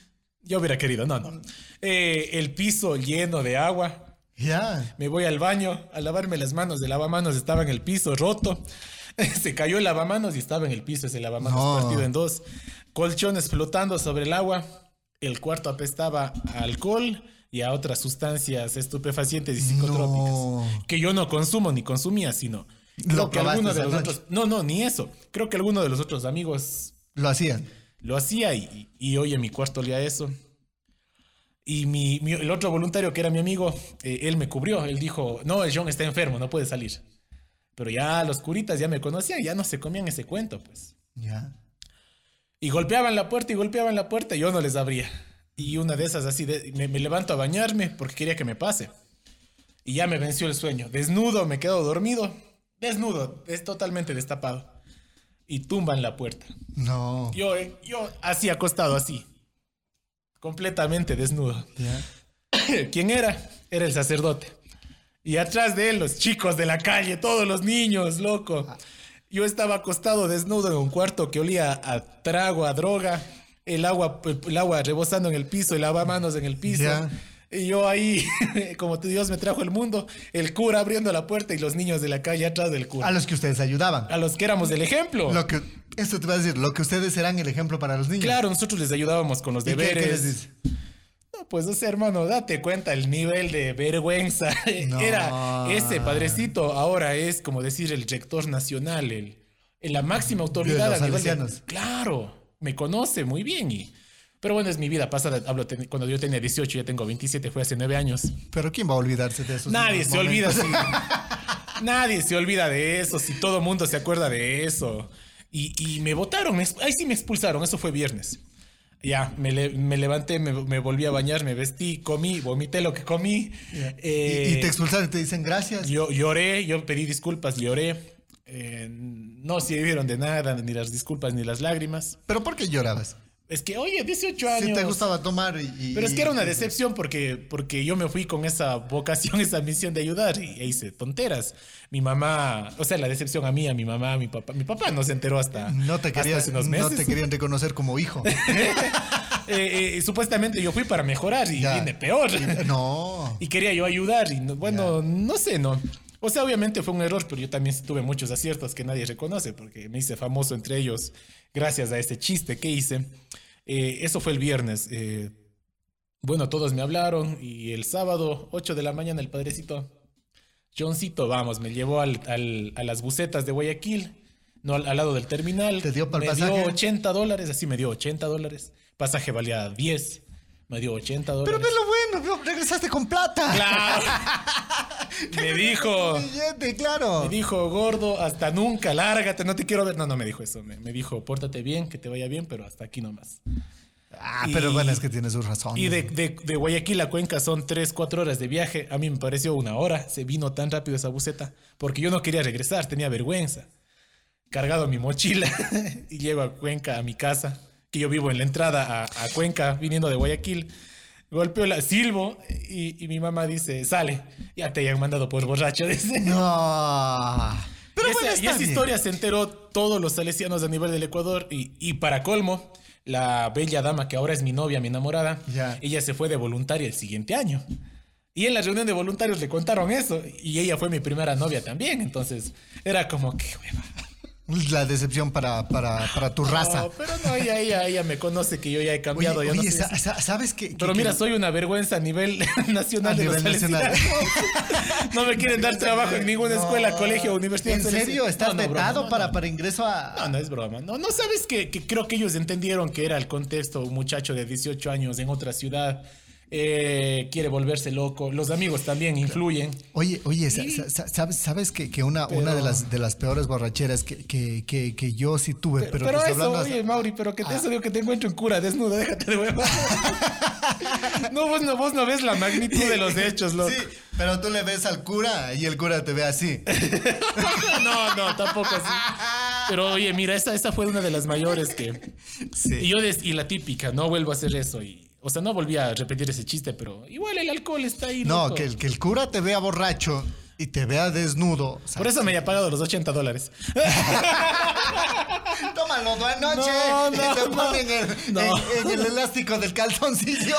S2: Yo hubiera querido, no, no. Eh, el piso lleno de agua.
S1: Ya.
S2: Me voy al baño a lavarme las manos. El lavamanos estaba en el piso roto. Se cayó el lavamanos y estaba en el piso ese lavamanos
S1: No.
S2: partido en dos. Colchones flotando sobre el agua. El cuarto apestaba a alcohol y a otras sustancias estupefacientes y psicotrópicas.
S1: No.
S2: Que yo no consumo ni consumía, sino
S1: Lo
S2: creo que
S1: probaste
S2: alguno de
S1: esa
S2: los
S1: noche.
S2: otros. No, no, ni eso. Creo que alguno de los otros amigos
S1: Lo hacían.
S2: lo hacía y, y hoy en mi cuarto olía eso. Y mi, mi- el otro voluntario que era mi amigo, eh, él me cubrió. Él dijo, no, el John está enfermo, no puede salir. Pero ya los curitas ya me conocían, ya no se comían ese cuento, pues.
S1: Ya.
S2: Y golpeaban la puerta y golpeaban la puerta y yo no les abría. Y una de esas así, de- me, me levanto a bañarme porque quería que me pase. Y ya me venció el sueño. Desnudo, me quedo dormido. Desnudo, es totalmente destapado. y tumban la puerta.
S1: No.
S2: Yo, eh, yo así acostado, así. Completamente desnudo.
S1: Ya.
S2: ¿Quién era? Era el sacerdote. Y atrás de él, los chicos de la calle, todos los niños, loco. Yo estaba acostado desnudo en un cuarto que olía a trago, a droga, el agua, el agua rebosando en el piso, el lavamanos en el piso.
S1: Ya.
S2: Y yo ahí, como Dios me trajo el mundo, el cura abriendo la puerta y los niños de la calle atrás del
S1: A
S2: cura.
S1: los que ustedes ayudaban.
S2: A los que éramos el ejemplo.
S1: Lo que, esto te va a decir, lo que ustedes serán el ejemplo para los niños.
S2: Claro, nosotros les ayudábamos con los
S1: ¿Y qué-
S2: deberes.
S1: qué les dice?
S2: No, pues o sea, hermano, date cuenta el nivel de vergüenza.
S1: No.
S2: Era ese padrecito, ahora es como decir el rector nacional, el, el- la máxima autoridad
S1: los
S2: a nivel de-
S1: salesianos.
S2: Claro, me conoce muy bien y. Pero bueno, es mi vida pasada. Hablo ten- cuando yo tenía 18, ya tengo 27, fue hace 9 años.
S1: Pero ¿quién va a olvidarse de esos
S2: Nadie se olvida.
S1: momentos?
S2: sí. Nadie se olvida de eso. Si todo mundo se acuerda de eso. Y, y me votaron. Ahí sí me expulsaron. Eso fue viernes. Ya, me, le- me levanté, me, me volví a bañar, me vestí, comí, vomité lo que comí. eh,
S1: y, y te expulsaron y te dicen gracias.
S2: yo lloré, yo pedí disculpas, lloré. eh, no sirvieron de nada, ni las disculpas ni las lágrimas.
S1: ¿Pero por qué llorabas?
S2: Es que, oye, 18 años.
S1: Si te gustaba tomar y... y-
S2: Pero es que era una decepción porque, porque yo me fui con esa vocación, esa misión de ayudar y, e hice tonteras. Mi mamá, o sea, la decepción a mí, a mi mamá, a mi papá. Mi papá no se enteró hasta,
S1: No te,
S2: hasta
S1: querías,
S2: hace unos
S1: no
S2: meses.
S1: te querían reconocer como hijo.
S2: Eh, eh, supuestamente yo fui para mejorar y
S1: Ya.
S2: vine peor.
S1: No.
S2: y quería yo ayudar y no- bueno, no sé, no. O sea, obviamente fue un error, pero yo también tuve muchos aciertos que nadie reconoce porque me hice famoso entre ellos gracias a ese chiste que hice. Eh, eso fue el viernes. eh, bueno, todos me hablaron y el sábado, 8 de la mañana, el padrecito Johncito, vamos, me llevó al- al- a las bucetas de Guayaquil, no al, al lado del terminal.
S1: ¿Te dio pa'l
S2: me
S1: pasaje?
S2: dio 80 dólares, así me dio 80 dólares. Pasaje valía 10, me dio 80 dólares.
S1: Pero ve lo bueno, no, regresaste con plata.
S2: Claro. me dijo,
S1: Con billete, claro.
S2: me dijo, gordo, hasta nunca, lárgate, no te quiero ver. No, no me dijo eso. Me, me dijo, pórtate bien, que te vaya bien, pero hasta aquí nomás.
S1: ah, pero
S2: y-
S1: bueno, es que tienes su razón.
S2: Y de, de- de Guayaquil a Cuenca son 3, 4 horas de viaje. A mí me pareció una hora. Se vino tan rápido esa buceta porque yo no quería regresar, tenía vergüenza. Cargado mi mochila y llego a Cuenca, a mi casa, que yo vivo en la entrada a, a Cuenca, viniendo de Guayaquil. Golpeo la silbo y, y mi mamá dice, sale, ya te hayan mandado por borracho. Dice.
S1: No. Pero
S2: Y esa-
S1: bueno,
S2: y
S1: está
S2: esa
S1: bien.
S2: historia se enteró todos los salesianos a nivel del Ecuador y, y para colmo, la bella dama que ahora es mi novia, mi enamorada,
S1: Ya.
S2: ella se fue de voluntaria el siguiente año. Y en la reunión de voluntarios le contaron eso y ella fue mi primera novia también, entonces era como que hueva.
S1: La decepción para, para, para tu raza.
S2: No, pero no, ella, ella, ella me conoce que yo ya he
S1: Oye,
S2: cambiado. ya no
S1: oye,
S2: soy
S1: sa-
S2: así.
S1: sa- ¿sabes qué?
S2: pero
S1: qué-
S2: mira,
S1: qué-
S2: soy una vergüenza a nivel nacional
S1: A
S2: de los
S1: nivel nacional.
S2: salesianos. No me quieren dar trabajo en ninguna escuela,
S1: No.
S2: colegio, universidad.
S1: ¿En serio?
S2: salesiano.
S1: ¿Estás
S2: No, no, broma,
S1: vetado
S2: no,
S1: para,
S2: no.
S1: para ingreso a...?
S2: No, no es broma. No, no sabes que, que creo que ellos entendieron que era el contexto, un muchacho de 18 años en otra ciudad, eh, quiere volverse loco. Los amigos también influyen.
S1: Oye, oye, sa- sa- sa- ¿sabes, sabes que, que una, una de, las, de las peores borracheras que, que, que, que yo sí tuve,
S2: Pero,
S1: pero, te estoy
S2: eso,
S1: hablando- Ah.
S2: oye, Mauri, pero que te, eso digo que te encuentro en cura desnudo, déjate de huevos. no, vos no, vos no ves la magnitud de los hechos, loco.
S1: Sí, pero tú le ves al cura y el cura te ve así.
S2: No, no, tampoco así. Pero oye, mira, esa, esa fue una de las mayores que... Y yo des- y la típica, no vuelvo a hacer eso. Y, o sea, no volví a repetir ese chiste, pero igual el alcohol está ahí.
S1: No,
S2: loco.
S1: que el, que el cura te vea borracho y te vea desnudo. o sea,
S2: Por eso me haya pagado los 80 dólares.
S1: Tómalo, buenas
S2: No,
S1: noches.
S2: no,
S1: y te
S2: no.
S1: ponen el-
S2: No.
S1: en, en el elástico del calzoncillo.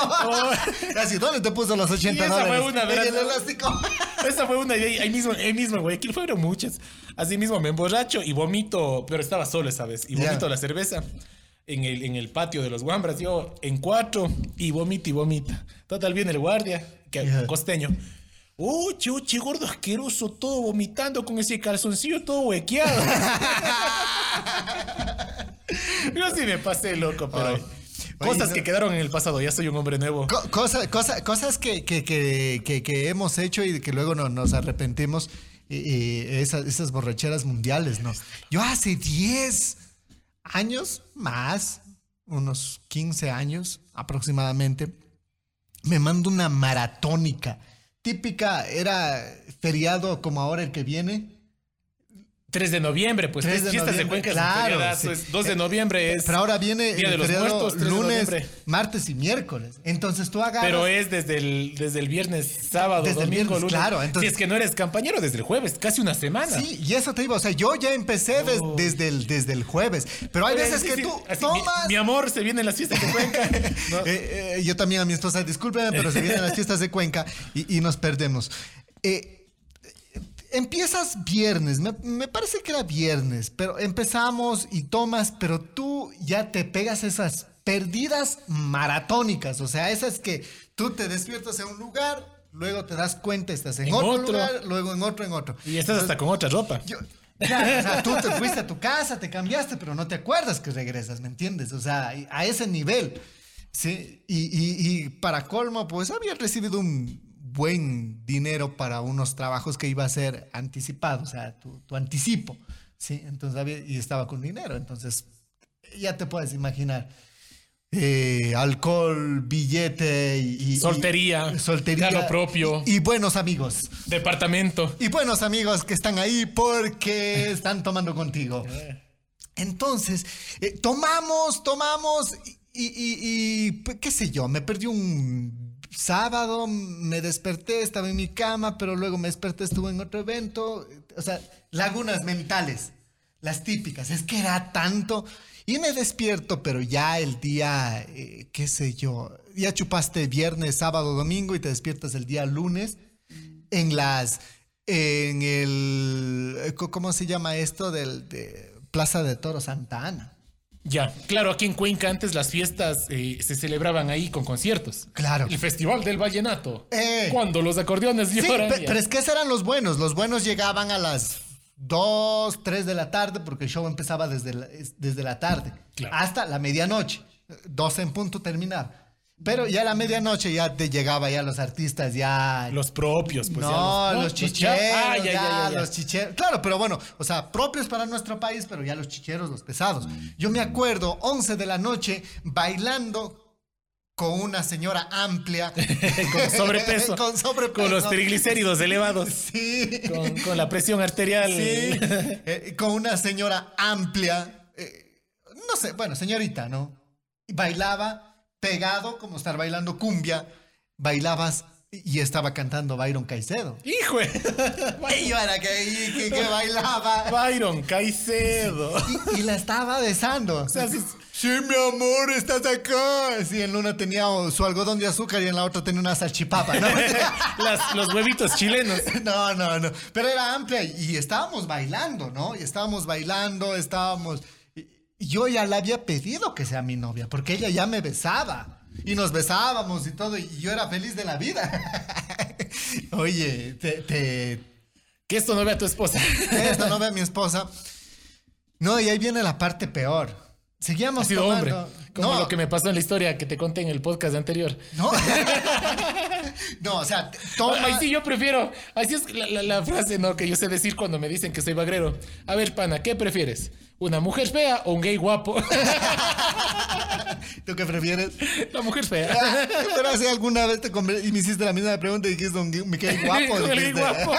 S1: Así, ¿dónde te puso los 80
S2: Y esa fue
S1: dólares?
S2: una,
S1: en
S2: verás.
S1: el elástico.
S2: Esa fue una idea. Ahí mismo, ahí mismo, güey. Aquí fueron muchas. Así mismo me emborracho y vomito, pero estaba solo esa vez. Y
S1: Ya.
S2: vomito la cerveza en el, en el patio de los guambras. Yo en cuatro y vomito y vomita. Total, viene el guardia, que
S1: Ya.
S2: costeño. ¡Oh, chuchi, gordo asqueroso! Todo vomitando con ese calzoncillo todo huequeado. Yo sí me pasé, loco, pero.
S1: Ay. Oye,
S2: Cosas
S1: no-
S2: que quedaron en el pasado. Ya soy un hombre nuevo.
S1: Co- cosa- cosa- cosas que, que- que- que- que hemos hecho y que luego no- nos arrepentimos. y- y esas, esas borracheras mundiales, ¿no? Yo hace 10 años más, unos 15 años aproximadamente, me mando una maratónica. Típica, era feriado como ahora el que viene.
S2: 3 de noviembre, pues
S1: 3
S2: tres
S1: de
S2: fiestas de
S1: noviembre,
S2: Cuenca
S1: claro,
S2: es un feriadazo,
S1: sí. Eh,
S2: es 2 de noviembre es.
S1: Pero ahora viene
S2: Día de
S1: el
S2: los
S1: feriado
S2: Muertos, 3 de
S1: lunes,
S2: noviembre.
S1: martes y miércoles. Entonces tú agarras.
S2: Pero es desde el, desde el viernes, sábado,
S1: Desde el
S2: domingo,
S1: viernes,
S2: lunes.
S1: claro, entonces-
S2: si es que no eres campañero desde el jueves, casi una semana.
S1: Sí, y eso te digo, o sea, yo ya empecé des- desde, el, desde el jueves, pero hay
S2: Pero
S1: veces
S2: es
S1: que
S2: decir,
S1: tú
S2: así, mi-
S1: tomas...
S2: Mi, amor, se vienen las fiestas de Cuenca. No.
S1: Eh, eh, yo también a mi esposa, discúlpeme, pero se vienen las fiestas de Cuenca y, y nos perdemos. Eh, eh, empiezas viernes, me, me parece que era viernes, pero empezamos y tomas, pero tú ya te pegas esas perdidas maratónicas, o sea, esas que tú te despiertas en un lugar. Luego te das cuenta, estás en,
S2: En
S1: otro,
S2: otro.
S1: lugar, luego en otro, en otro.
S2: Y estás hasta con otra ropa.
S1: Yo- claro, o sea, tú te fuiste a tu casa, te cambiaste, pero no te acuerdas que regresas, ¿me entiendes? O sea, y- a ese nivel. Sí, y, y- y para colmo, pues había recibido un buen dinero para unos trabajos que iba a ser anticipado, o sea, tu, tu anticipo, ¿sí? Entonces, había- y estaba con dinero, entonces, ya te puedes imaginar. Eh, alcohol, billete y... y-
S2: Soltería,
S1: y- soltería.
S2: ya lo propio.
S1: y- y buenos amigos.
S2: Departamento.
S1: Y buenos amigos que están ahí porque están tomando contigo. Entonces, eh, tomamos, tomamos y, y- y- y, pues, qué sé yo, me perdí un sábado, me desperté, estaba en mi cama, pero luego me desperté, estuve en otro evento. O sea, lagunas mentales, las típicas, es que era tanto. Y me despierto, pero ya el día, eh, qué sé yo, ya chupaste viernes, sábado, domingo y te despiertas el día lunes en las en el eh, co- cómo se llama esto del de Plaza de Toro Santa Ana.
S2: Ya, claro, aquí en Cuenca antes las fiestas eh, se celebraban ahí con conciertos.
S1: Claro.
S2: El Festival del Vallenato.
S1: Eh.
S2: Cuando los acordeones
S1: Sí,
S2: lloran.
S1: pe-
S2: ya.
S1: pero es que esos eran los buenos. Los buenos llegaban a las 2, 3 de la tarde porque el show empezaba desde la, es- desde la tarde
S2: Claro.
S1: hasta la medianoche. 12 en punto terminaba. Pero ya a la medianoche ya te llegaba ya los artistas ya
S2: Los propios, pues. ya
S1: no, los,
S2: ya-
S1: chicheros,
S2: Ah,
S1: ya,
S2: ya, ya, ya, ya.
S1: los chicheros. Claro, pero bueno, o sea, propios para nuestro país, pero ya los chicheros, los pesados.
S2: Mm.
S1: Yo me acuerdo, 11 de la noche, bailando con una señora amplia.
S2: Con sobrepeso.
S1: con sobrepeso.
S2: Con los triglicéridos elevados.
S1: Sí.
S2: Con, con la presión arterial.
S1: Sí, eh, con una señora amplia, eh, no sé, bueno, señorita, ¿no? Y Bailaba pegado, como estar bailando cumbia, bailabas y y estaba cantando Byron Caicedo.
S2: Hijo.
S1: Y yo era que, que, que bailaba
S2: Byron Caicedo.
S1: y, y la estaba besando.
S2: sea, es-
S1: sí, mi amor, estás acá. Sí, en una tenía su algodón de azúcar y en la otra tenía una salchipapa, ¿no?
S2: Las- los huevitos chilenos.
S1: No, no, no. Pero era amplia y y estábamos bailando, ¿no? Y estábamos bailando, estábamos. y- y Yo ya le había pedido que sea mi novia, porque ella ya me besaba. Y nos besábamos y todo, y yo era feliz de la vida. Oye, te- te,
S2: Que esto no vea tu esposa.
S1: esta no ve a mi esposa. No, y ahí viene la parte peor.
S2: Ha
S1: Seguíamos
S2: sido hombre.
S1: tomando.
S2: Como
S1: no,
S2: lo que me pasó en la historia que te conté en el podcast anterior.
S1: no. No, o sea, toma.
S2: Ay, sí, yo prefiero. Así es la, la- la frase, ¿no? Que yo sé decir cuando me dicen que soy bagrero. A ver, pana, ¿qué prefieres? ¿Una mujer fea o un gay guapo?
S1: ¿Tú qué prefieres?
S2: la mujer fea.
S1: Pero hace alguna vez te conver- y me hiciste la misma pregunta y dijiste, "Don Gui- me quedé guapo.
S2: Con el gay
S1: dijiste.
S2: guapo.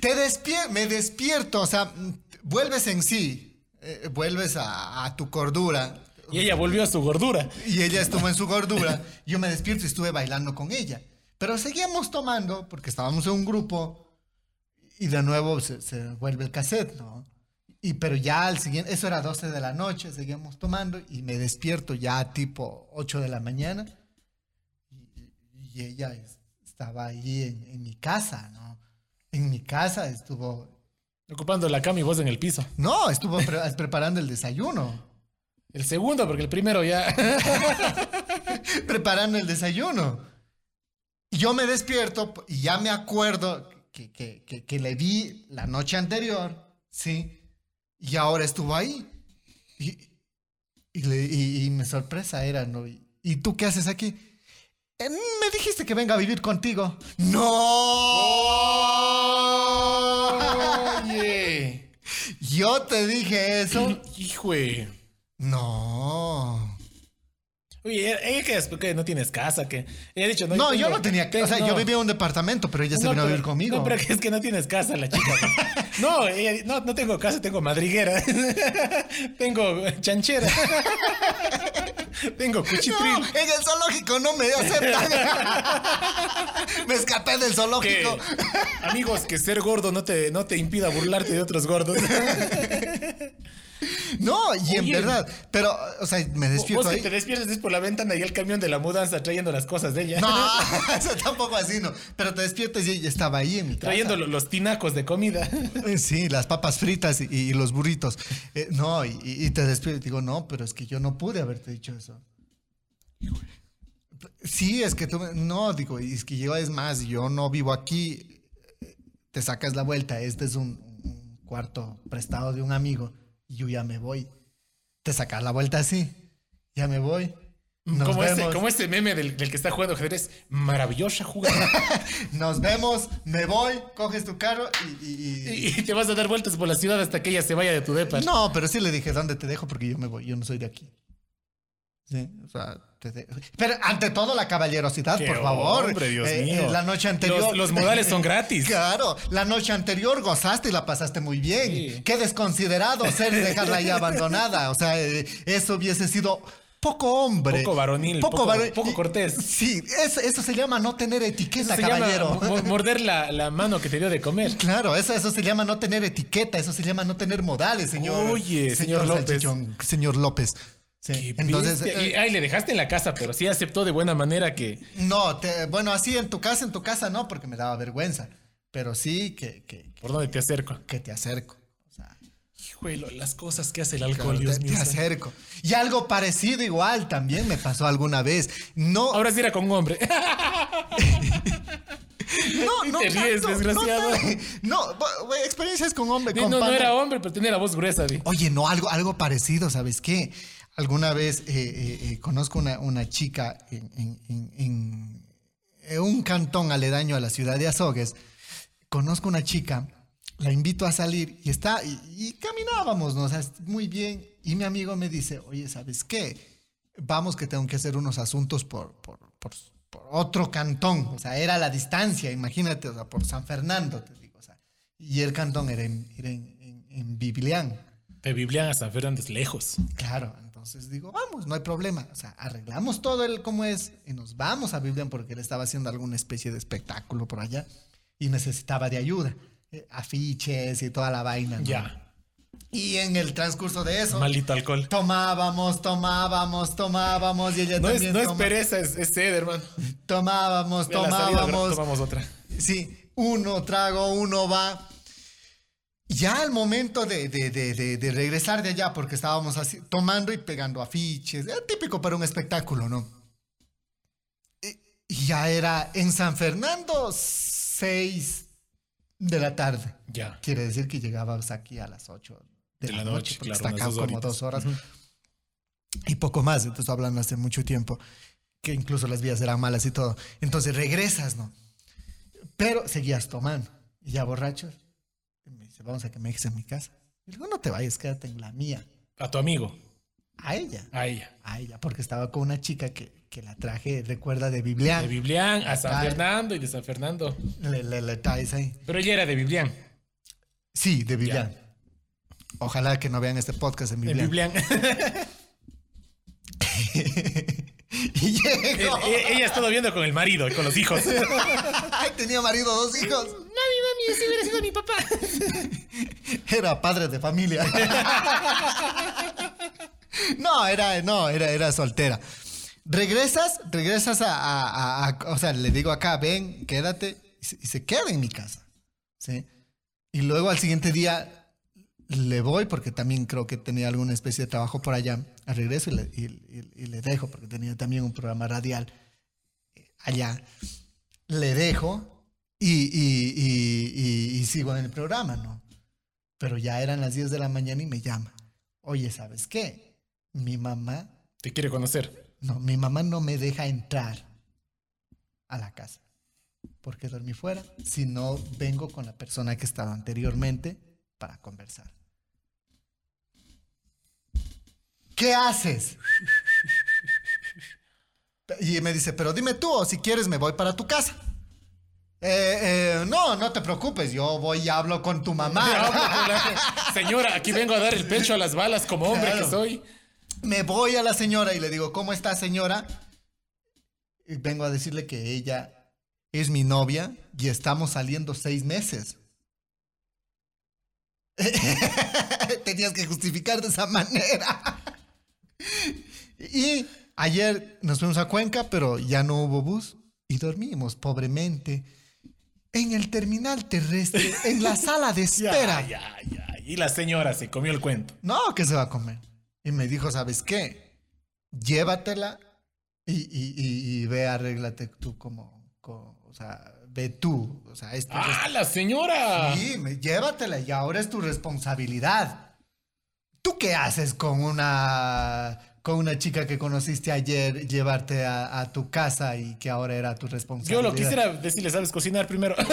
S1: Te despier- me despierto, o sea, mm, vuelves en sí, eh, vuelves a, a tu cordura.
S2: Y ella volvió a su gordura.
S1: Y ella estuvo en su gordura. Yo me despierto y estuve bailando con ella. Pero seguíamos tomando porque estábamos en un grupo y de nuevo se, se vuelve el cassette, ¿no? Y pero ya al siguiente, eso era 12 de la noche, seguíamos tomando y me despierto ya tipo 8 de la mañana y, y- y ella es- estaba ahí en, en mi casa, ¿no? En mi casa estuvo,
S2: Ocupando la cama y vos en el piso.
S1: no, estuvo pre- preparando el desayuno.
S2: El segundo, porque el primero ya.
S1: preparando el desayuno. Y Yo me despierto p- y ya me acuerdo que, que- que- que le vi la noche anterior, ¿sí? Y ahora estuvo ahí. Y, y, le- y- y mi sorpresa era, ¿no? ¿Y, y tú qué haces aquí? "Eh, Me dijiste que venga a vivir contigo. ¡No!
S2: Oye.
S1: Yo te dije eso.
S2: Hijue.
S1: No.
S2: Oye, ella que después que no tienes casa, que. Ella ha dicho, no.
S1: No, yo
S2: tengo-
S1: no tenía que.
S2: tengo-
S1: O sea, yo
S2: no.
S1: vivía en un departamento, pero ella se
S2: No,
S1: vino a
S2: pero-
S1: vivir conmigo.
S2: No, pero es que no tienes casa, la chica. no, ella- no, no tengo casa, tengo madriguera. tengo chanchera. tengo cuchitril.
S1: No, en el zoológico no me aceptan. me escapé del
S2: Que-
S1: zoológico.
S2: amigos, que ser gordo no te, no te impida burlarte de otros gordos.
S1: No, y en
S2: Oye.
S1: verdad. Pero, o sea, me
S2: Vos
S1: despierto
S2: que
S1: ahí.
S2: te despiertas es por la ventana y el camión de la mudanza trayendo las cosas de ella.
S1: No, eso tampoco así, no. Pero te despiertas y ella estaba ahí en mi casa.
S2: Trayendo lo- los tinacos de comida.
S1: Sí, las papas fritas y, y los burritos. Eh, no, y, y te despido y digo, no, pero es que yo no pude haberte dicho eso. Sí, es que tú, me- no, digo, y es que yo es más, yo no vivo aquí, te sacas la vuelta, este es un, un cuarto prestado de un amigo, y yo ya me voy. Te sacas la vuelta así, ya me voy. Nos
S2: Como ese,
S1: vemos.
S2: como ese meme del, del que está jugando ajedrez. Maravillosa jugada.
S1: Nos vemos, me voy, coges tu carro y- y- y...
S2: y y te vas a dar vueltas por la ciudad hasta que ella se vaya de tu depa.
S1: No, pero sí le dije, ¿dónde te dejo? Porque yo me voy, yo no soy de aquí. Sí, o sea, te de- pero ante todo la caballerosidad,
S2: Qué
S1: por favor.
S2: hombre, Dios
S1: Eh,
S2: mío.
S1: La noche anterior.
S2: Los- los modales son gratis.
S1: Claro, la noche anterior gozaste y la pasaste muy bien.
S2: Sí.
S1: Qué desconsiderado ser y dejarla ahí abandonada. O sea, eh, eso hubiese sido poco hombre.
S2: Poco varonil, poco-
S1: varón-
S2: poco cortés.
S1: Sí, es- eso se llama no tener etiqueta,
S2: se
S1: caballero.
S2: llama mo- morder la, la mano que te dio de comer.
S1: Claro, eso, eso se llama no tener etiqueta, eso se llama no tener modales, señor.
S2: Oye, señor López.
S1: Salchichón, Señor López. Sí,
S2: Qué
S1: Entonces,
S2: bestia. Y,
S1: eh,
S2: ay, le dejaste en la casa, pero sí aceptó de buena manera que.
S1: no, te- bueno, así en tu casa, en tu casa no, porque me daba vergüenza. Pero sí que, que,
S2: ¿Por dónde te acerco?
S1: que te acerco. O sea,
S2: Híjole, las cosas que hace el
S1: claro,
S2: alcohol,
S1: te,
S2: Dios mío.
S1: te acerco. Y algo parecido igual también me pasó alguna vez. No,
S2: Ahora sí era con un hombre.
S1: no, no.
S2: te ríes,
S1: tanto,
S2: desgraciado.
S1: No, no, bo- bo- experiencias con hombre,
S2: no,
S1: con
S2: no
S1: pana.
S2: era hombre, pero tenía la voz gruesa. di.
S1: Oye, no, algo, algo parecido, ¿sabes qué? Alguna vez eh, eh, eh, conozco una, una chica en, en- en- en- en un cantón aledaño a la ciudad de Azogues. Conozco una chica, la invito a salir y está, y, y caminábamos, ¿no? O sea, muy bien. Y mi amigo me dice, oye, ¿sabes qué? Vamos que tengo que hacer unos asuntos por, por, por- por otro cantón. O sea, era la distancia, imagínate, o sea, por San Fernando, te digo. O sea, y el cantón era en, era en- en- en Biblián.
S2: De Biblián a San Fernando es lejos.
S1: Claro, entonces digo, vamos, no hay problema. O sea, arreglamos todo el cómo es y nos vamos a Biblian porque él estaba haciendo alguna especie de espectáculo por allá y necesitaba de ayuda. eh, afiches y toda la vaina. ¿no?
S2: Ya.
S1: Y en el transcurso de eso,
S2: Maldito alcohol.
S1: tomábamos, tomábamos, tomábamos y ella
S2: No es,
S1: también
S2: no es
S1: toma-
S2: pereza, es, es sed, hermano.
S1: tomábamos,
S2: Ya la salida,
S1: tomábamos.
S2: tomamos otra.
S1: Sí, uno trago, uno va. Ya al momento de, de- de- de- de regresar de allá, porque estábamos así, tomando y pegando afiches, era típico para un espectáculo, ¿no? Y- Y ya era en San Fernando, 6 de la tarde.
S2: Ya.
S1: Quiere decir que llegabas aquí a las 8 de, la, noche, porque
S2: claro,
S1: está
S2: unas
S1: acá
S2: dos
S1: como
S2: horitas.
S1: dos horas. Y poco más, entonces hablando hace mucho tiempo, que incluso las vías eran malas y todo. Entonces regresas, ¿no? Pero seguías tomando, y ya borracho. y me dice, vamos a que me dejes en mi casa. Y le digo, no te vayas, quédate en la mía.
S2: A tu amigo.
S1: A ella.
S2: A ella.
S1: A ella, porque estaba con una chica que, que la traje, recuerda, de Biblia.
S2: De Biblián a San
S1: Ay.
S2: Fernando y de San Fernando.
S1: Le, le- le traes ahí.
S2: Pero ella era de Biblián.
S1: Sí, de Biblia. Ojalá que no vean este podcast en
S2: De
S1: Biblia.
S2: Biblián.
S1: y llego.
S2: E- ella estaba viendo con el marido y con los hijos.
S1: Ay, tenía marido, dos hijos.
S2: Mami, mami, si hubiera sido mi papá.
S1: Era padre de familia. no, era, no, era, era soltera. Regresas, regresas a, a- a- a- o sea, le digo acá, ven, quédate, y se, y se queda en mi casa. ¿sí? Y luego al siguiente día le voy, porque también creo que tenía alguna especie de trabajo por allá, al regreso y le, y- y- y le dejo, porque tenía también un programa radial eh, allá. Le dejo y- y- y- y- y sigo en el programa, ¿no? Pero ya eran las 10 de la mañana y me llama. Oye, ¿sabes qué? Mi mamá,
S2: Te quiere conocer.
S1: no, mi mamá no me deja entrar a la casa porque dormí fuera, si no vengo con la persona que estaba anteriormente para conversar. ¿Qué haces? Y me dice, pero dime tú, o si quieres me voy para tu casa. Eh, eh, no, no te preocupes, yo voy y hablo con tu
S2: Hablo
S1: mamá.
S2: con la- Señora, aquí vengo a dar el pecho a las balas como hombre
S1: Claro.
S2: que soy.
S1: Me voy a la señora y le digo, ¿cómo está señora? Y vengo a decirle que ella es mi novia y estamos saliendo seis meses. Tenías que justificar de esa manera. Y ayer nos fuimos a Cuenca, pero ya no hubo bus y dormimos pobremente en el terminal terrestre, en la sala de
S2: Ya,
S1: espera.
S2: ya, ya. Y la señora se comió el cuento.
S1: No, que se va a comer. Y me dijo, ¿sabes qué? Llévatela y, y- y- y ve, arréglate tú como, co- o sea, ve tú. O sea, es tu
S2: ¡Ah, la señora!
S1: res- Sí, me- llévatela y ahora es tu responsabilidad. ¿Tú qué haces con una, con una chica que conociste ayer, llevarte a, a tu casa y que ahora era tu
S2: Yo
S1: responsabilidad?
S2: lo quisiera decirle, ¿sabes cocinar primero?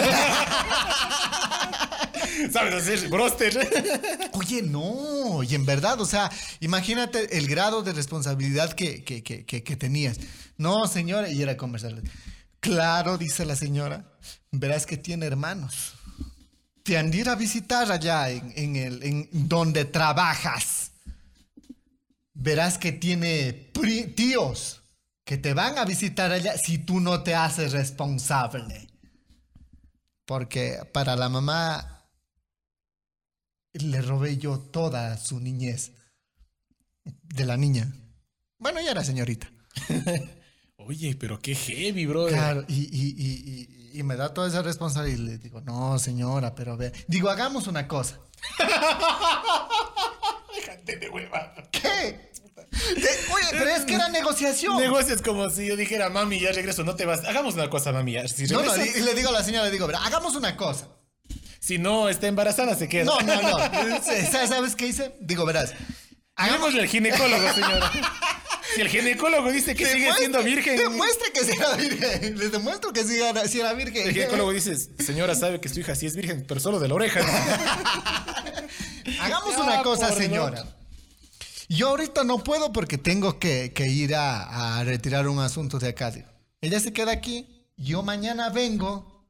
S2: ¿Sabes hacer broster?
S1: Oye, no, y en verdad, o sea, imagínate el grado de responsabilidad que, que, que, que, que tenías. No, señora, y era conversarle. Claro, dice la señora, verás que tiene hermanos. Te han de ir a visitar allá en, en el, en donde trabajas. Verás que tiene pri- tíos que te van a visitar allá si tú no te haces responsable. Porque para la mamá le robé yo toda su niñez de la niña. Bueno, ella era señorita.
S2: Oye, pero qué heavy, bro.
S1: Claro, y, y- y- y- y me da toda esa responsabilidad. Y le digo, no, señora, pero ve. Digo, hagamos una cosa.
S2: Déjate de hueva.
S1: ¿Qué? De- oye, pero es que era negociación.
S2: Negocios como si yo dijera, mami, ya regreso, no te vas. Hagamos una cosa, mami. ya. Si,
S1: no, no,
S2: regresa-
S1: y, y le digo a la señora, le digo, verá, hagamos una cosa.
S2: si no está embarazada, se queda.
S1: No, no, no. ¿Sabes sabes qué hice? Digo, verás.
S2: Hagámosle al ginecólogo, señora. si el ginecólogo dice que sigue
S1: demuestra-
S2: siendo virgen.
S1: Demuestra que sí era virgen. Les demuestro que sí era, sí era virgen.
S2: El ginecólogo dice, señora sabe que su hija sí es virgen, pero solo de la oreja.
S1: Hagamos
S2: Ya,
S1: una cosa,
S2: Ah, por
S1: señora.
S2: Dios.
S1: Yo ahorita no puedo porque tengo que, que ir a, a retirar un asunto de acá. digo. Ella se queda aquí, yo mañana vengo.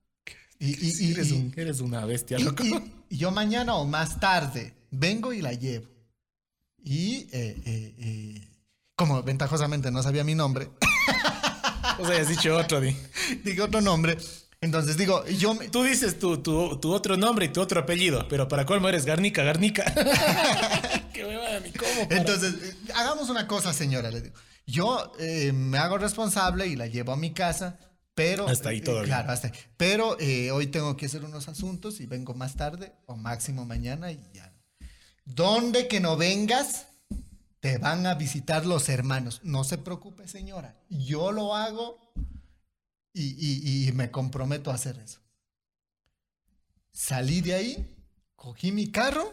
S1: Y, y- y-
S2: eres,
S1: y-
S2: un- eres una bestia,
S1: y-
S2: loco.
S1: y- y yo mañana o más tarde vengo y la llevo. Y eh, eh, eh, como ventajosamente no sabía mi nombre,
S2: O sea, has dicho otro, di.
S1: digo otro nombre. Entonces digo, yo me-
S2: Tú dices tu, tu, tu otro nombre y tu otro apellido, pero para colmo eres Garnica, Garnica. Qué hueva, mi cómo. para?
S1: Entonces, eh, hagamos una cosa, señora, le digo. Yo eh, me hago responsable y la llevo a mi casa, pero...
S2: Hasta ahí todo
S1: eh,
S2: bien.
S1: Claro, hasta ahí. Pero eh, hoy tengo que hacer unos asuntos y vengo más tarde o máximo mañana y ya. Donde que no vengas, te van a visitar los hermanos. No se preocupe, señora. Yo lo hago y, y- y me comprometo a hacer eso. Salí de ahí, cogí mi carro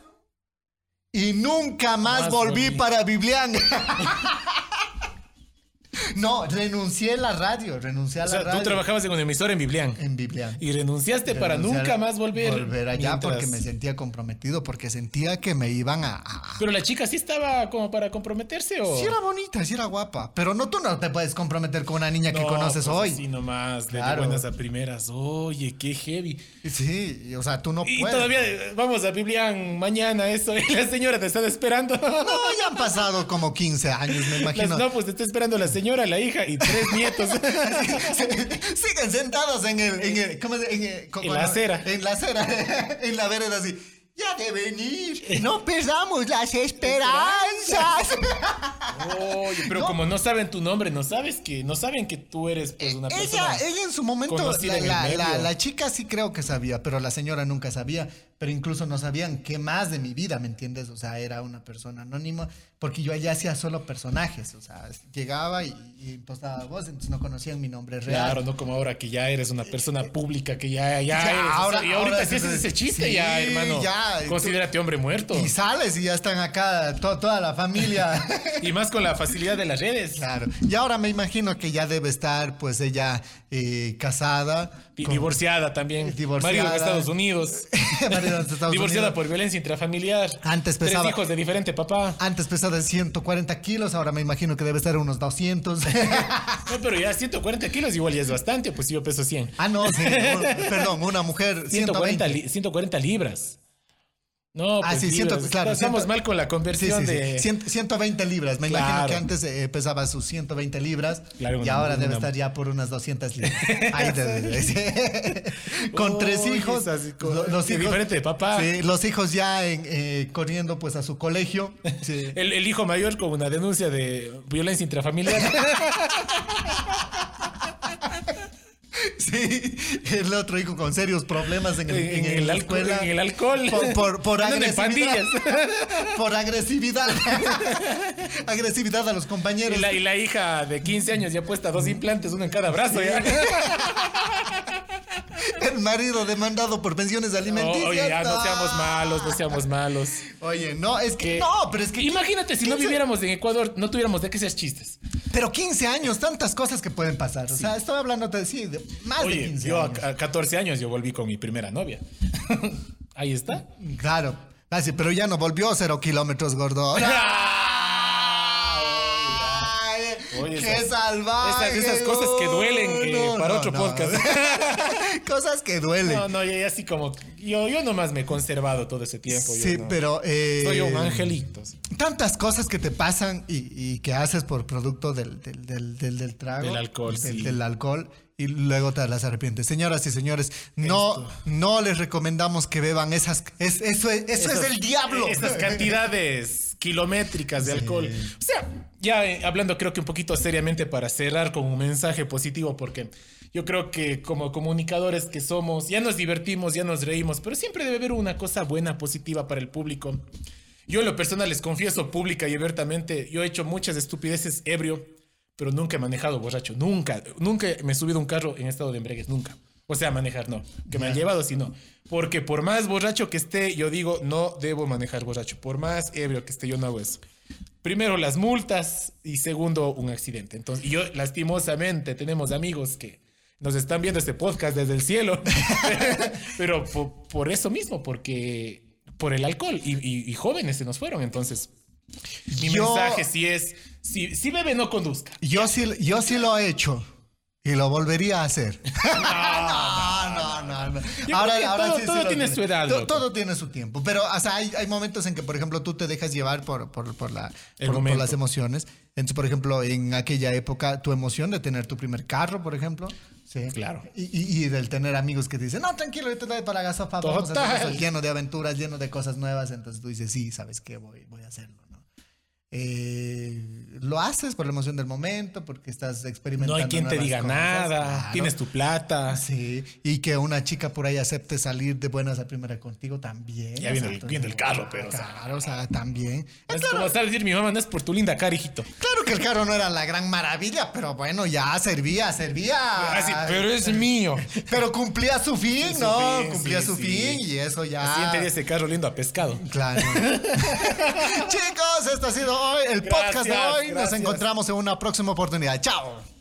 S1: y nunca más,
S2: Más
S1: volví,
S2: volví.
S1: para Biblián. no, renuncié a la radio, renuncié a
S2: o
S1: la
S2: sea,
S1: radio
S2: tú trabajabas en un emisor en Biblián
S1: en Biblián.
S2: y renunciaste para
S1: Renunciar-
S2: nunca más volver.
S1: Volver allá
S2: mientras-
S1: porque me sentía comprometido, porque sentía que me iban a- a,
S2: Pero la chica sí estaba como para comprometerse o.
S1: Sí era bonita, sí era guapa. Pero no, tú no te puedes comprometer con una niña que
S2: No,
S1: conoces
S2: pues
S1: hoy.
S2: así nomás, de-
S1: Claro.
S2: de buenas a primeras. Oye, qué heavy.
S1: Sí, y, o sea, tú no
S2: Y
S1: puedes.
S2: todavía eh, vamos a Biblián mañana, eso. Y la señora te está esperando.
S1: No, ya han pasado como 15 años, me
S2: Las-
S1: imagino.
S2: no, pues te está esperando la señora, la hija y tres nietos.
S1: Siguen sentados en el, en el- ¿cómo se- en el- co-
S2: En la acera.
S1: En la acera, en la vereda así. Ya de venir. No perdamos las esperanzas.
S2: Oye, pero como no saben tu nombre, no sabes que, no saben que tú eres pues una persona.
S1: Eh, Ella, ella en su momento,
S2: conocida
S1: la,
S2: en el
S1: la-
S2: medio.
S1: la- la chica sí creo que sabía, pero la señora nunca sabía, pero incluso no sabían qué más de mi vida, ¿me entiendes? O sea, era una persona anónima, porque yo allá hacía solo personajes, o sea, llegaba y, y impostaba voz, entonces no conocían mi nombre real.
S2: Claro, no como ahora que ya eres una persona pública, que ya, ya,
S1: Eh, Ya,
S2: eres,
S1: ahora-
S2: y ahorita
S1: ahora
S2: sí haces
S1: entonces-
S2: ese chiste
S1: sí,
S2: ya, hermano.
S1: ya, tú-
S2: Considérate hombre muerto.
S1: Y sales y ya están acá to- toda la familia.
S2: Y más con la facilidad de las redes.
S1: claro. Y ahora me imagino que ya debe estar, pues ella eh, casada.
S2: Di-
S1: con-
S2: Divorciada también.
S1: Divorciada.
S2: Marido en Estados Unidos.
S1: Marido en Unidos, hasta Estados
S2: Divorciada
S1: Unidos.
S2: por violencia intrafamiliar.
S1: Antes pesaba-
S2: Tres hijos de diferente papá.
S1: Antes pesaba 140 kilos, ahora me imagino que debe estar unos 200.
S2: No, pero ya 140 kilos igual ya es bastante, pues si yo peso 100.
S1: ah, no, sí, un- perdón, una mujer
S2: 140,
S1: 120.
S2: li- 140 libras. No,
S1: Ah,
S2: pues
S1: sí,
S2: libras.
S1: 100, claro,
S2: Estamos
S1: 100.
S2: mal con la
S1: Sí,
S2: conversión
S1: sí, sí.
S2: de...
S1: Cien- 120 libras. Me imagino
S2: Claro.
S1: que antes eh, pesaba sus 120 libras
S2: Claro,
S1: y
S2: una-
S1: ahora debe
S2: una-
S1: estar ya por unas 200 libras. Ahí debe- Con tres
S2: Uy,
S1: hijos.
S2: esas y co-
S1: lo-
S2: qué diferente de papá.
S1: Sí, los hijos ya en, eh, corriendo pues a su colegio. Sí.
S2: El, el hijo mayor con una denuncia de violencia intrafamiliar.
S1: Sí, el otro hijo con serios problemas en el,
S2: En- en
S1: en
S2: el
S1: la
S2: alcohol-
S1: escuela.
S2: en el alcohol.
S1: Por, por, por
S2: Andan en
S1: agresividad. Por agresividad. agresividad a los
S2: y,
S1: compañeros.
S2: la, y la hija de 15 años ya puesta dos implantes, uno en cada brazo. ya.
S1: El marido demandado por pensiones
S2: No,
S1: alimenticias. Ah.
S2: oye, ya no seamos malos, no seamos malos.
S1: Oye, no, es que.
S2: Que-
S1: No, pero es que.
S2: Imagínate si no
S1: 15
S2: viviéramos en Ecuador, no tuviéramos de qué hacer chistes.
S1: Pero 15 años, tantas cosas que pueden pasar. O sea, estaba hablando de, sí, de más de
S2: Oye,
S1: 15
S2: yo
S1: años.
S2: a, a 14 años yo volví con mi primera novia. Ahí está.
S1: Claro. Así, pero ya no volvió cero kilómetros, gordo.
S2: ¡Ah!
S1: Ay,
S2: Oye,
S1: ¡Qué
S2: esas-
S1: salvaje!
S2: esas- esas cosas que duelen, que para otro podcast.
S1: cosas que duelen.
S2: No, no, y así como yo, yo nomás me he conservado todo ese tiempo. yo
S1: sí,
S2: no.
S1: pero... eh,
S2: soy un angelito. sí.
S1: Tantas cosas que te pasan y, y que haces por producto del, del, del, del- del trago.
S2: Del alcohol,
S1: del,
S2: sí.
S1: del alcohol. Y luego te las arrepientes. Señoras y señores, no, no les recomendamos que beban esas. es- eso es, eso es
S2: Esas-
S1: el diablo.
S2: Esas cantidades kilométricas de alcohol. O sea, ya eh, hablando creo que un poquito seriamente para cerrar con un mensaje positivo, porque yo creo que como comunicadores que somos, ya nos divertimos, ya nos reímos, pero siempre debe haber una cosa buena, positiva para el público. Yo en lo personal les confieso pública y abiertamente, yo he hecho muchas estupideces ebrio, pero nunca he manejado borracho, nunca, nunca me he subido a un carro en estado de embriaguez, nunca. O sea, manejar no, que me han llevado, si no. Porque por más borracho que esté, yo digo, no debo manejar borracho. Por más ebrio que esté, yo no hago eso. Primero, las multas y segundo, un accidente. Entonces, y yo lastimosamente tenemos amigos que nos están viendo este podcast desde el cielo, pero po- por, eso mismo, porque por el alcohol y, y- y jóvenes se nos fueron. Entonces, mi
S1: Yo-
S2: mensaje sí es, si, si bebe, no conduzca.
S1: Yo sí, yo sí lo he hecho y lo volvería a hacer. No, no, no. no.
S2: creo que todo- todo
S1: lo
S2: tiene
S1: tiene.
S2: su edad,
S1: To-
S2: loco.
S1: Todo tiene su tiempo. Pero o sea, hay, hay momentos en que, por ejemplo, tú te dejas llevar por, por, por la, por,
S2: El
S1: por
S2: momento.
S1: las emociones. Entonces, por ejemplo, en aquella época, tu emoción de tener tu primer carro, por ejemplo. Sí.
S2: Claro.
S1: Y, y, y del tener amigos que te dicen, no, tranquilo, yo te doy para gastar papá, vamos a hacer
S2: Total.
S1: eso", lleno de aventuras, lleno de cosas nuevas. Entonces tú dices, sí, ¿sabes qué? Voy, voy a hacerlo, ¿no? Eh, lo haces por la emoción del momento, porque estás
S2: No
S1: experimentando.
S2: hay quien te
S1: nuevas
S2: diga
S1: cosas,
S2: nada,
S1: claro.
S2: tienes tu plata.
S1: Sí, y que una chica por ahí acepte salir de buenas a primera contigo también.
S2: Ya viendo el- viendo el carro, pero, o sea.
S1: Claro, o sea, también.
S2: Es
S1: Eh, claro,
S2: como sabe decir mi mamá, no es por tu linda cara, hijito.
S1: claro que el carro no era la gran maravilla, pero bueno, ya servía, servía.
S2: Así, Ah, pero es mío.
S1: Pero cumplía su fin, ¿no?
S2: fin,
S1: cumplía
S2: sí,
S1: su
S2: sí.
S1: fin y eso
S2: Al
S1: ya.
S2: siguiente día ese carro lindo a pescado.
S1: Claro. Chicos, esto ha sido hoy el podcast de
S2: Gracias,
S1: hoy. Nos
S2: gracias.
S1: encontramos en una próxima oportunidad. Chao.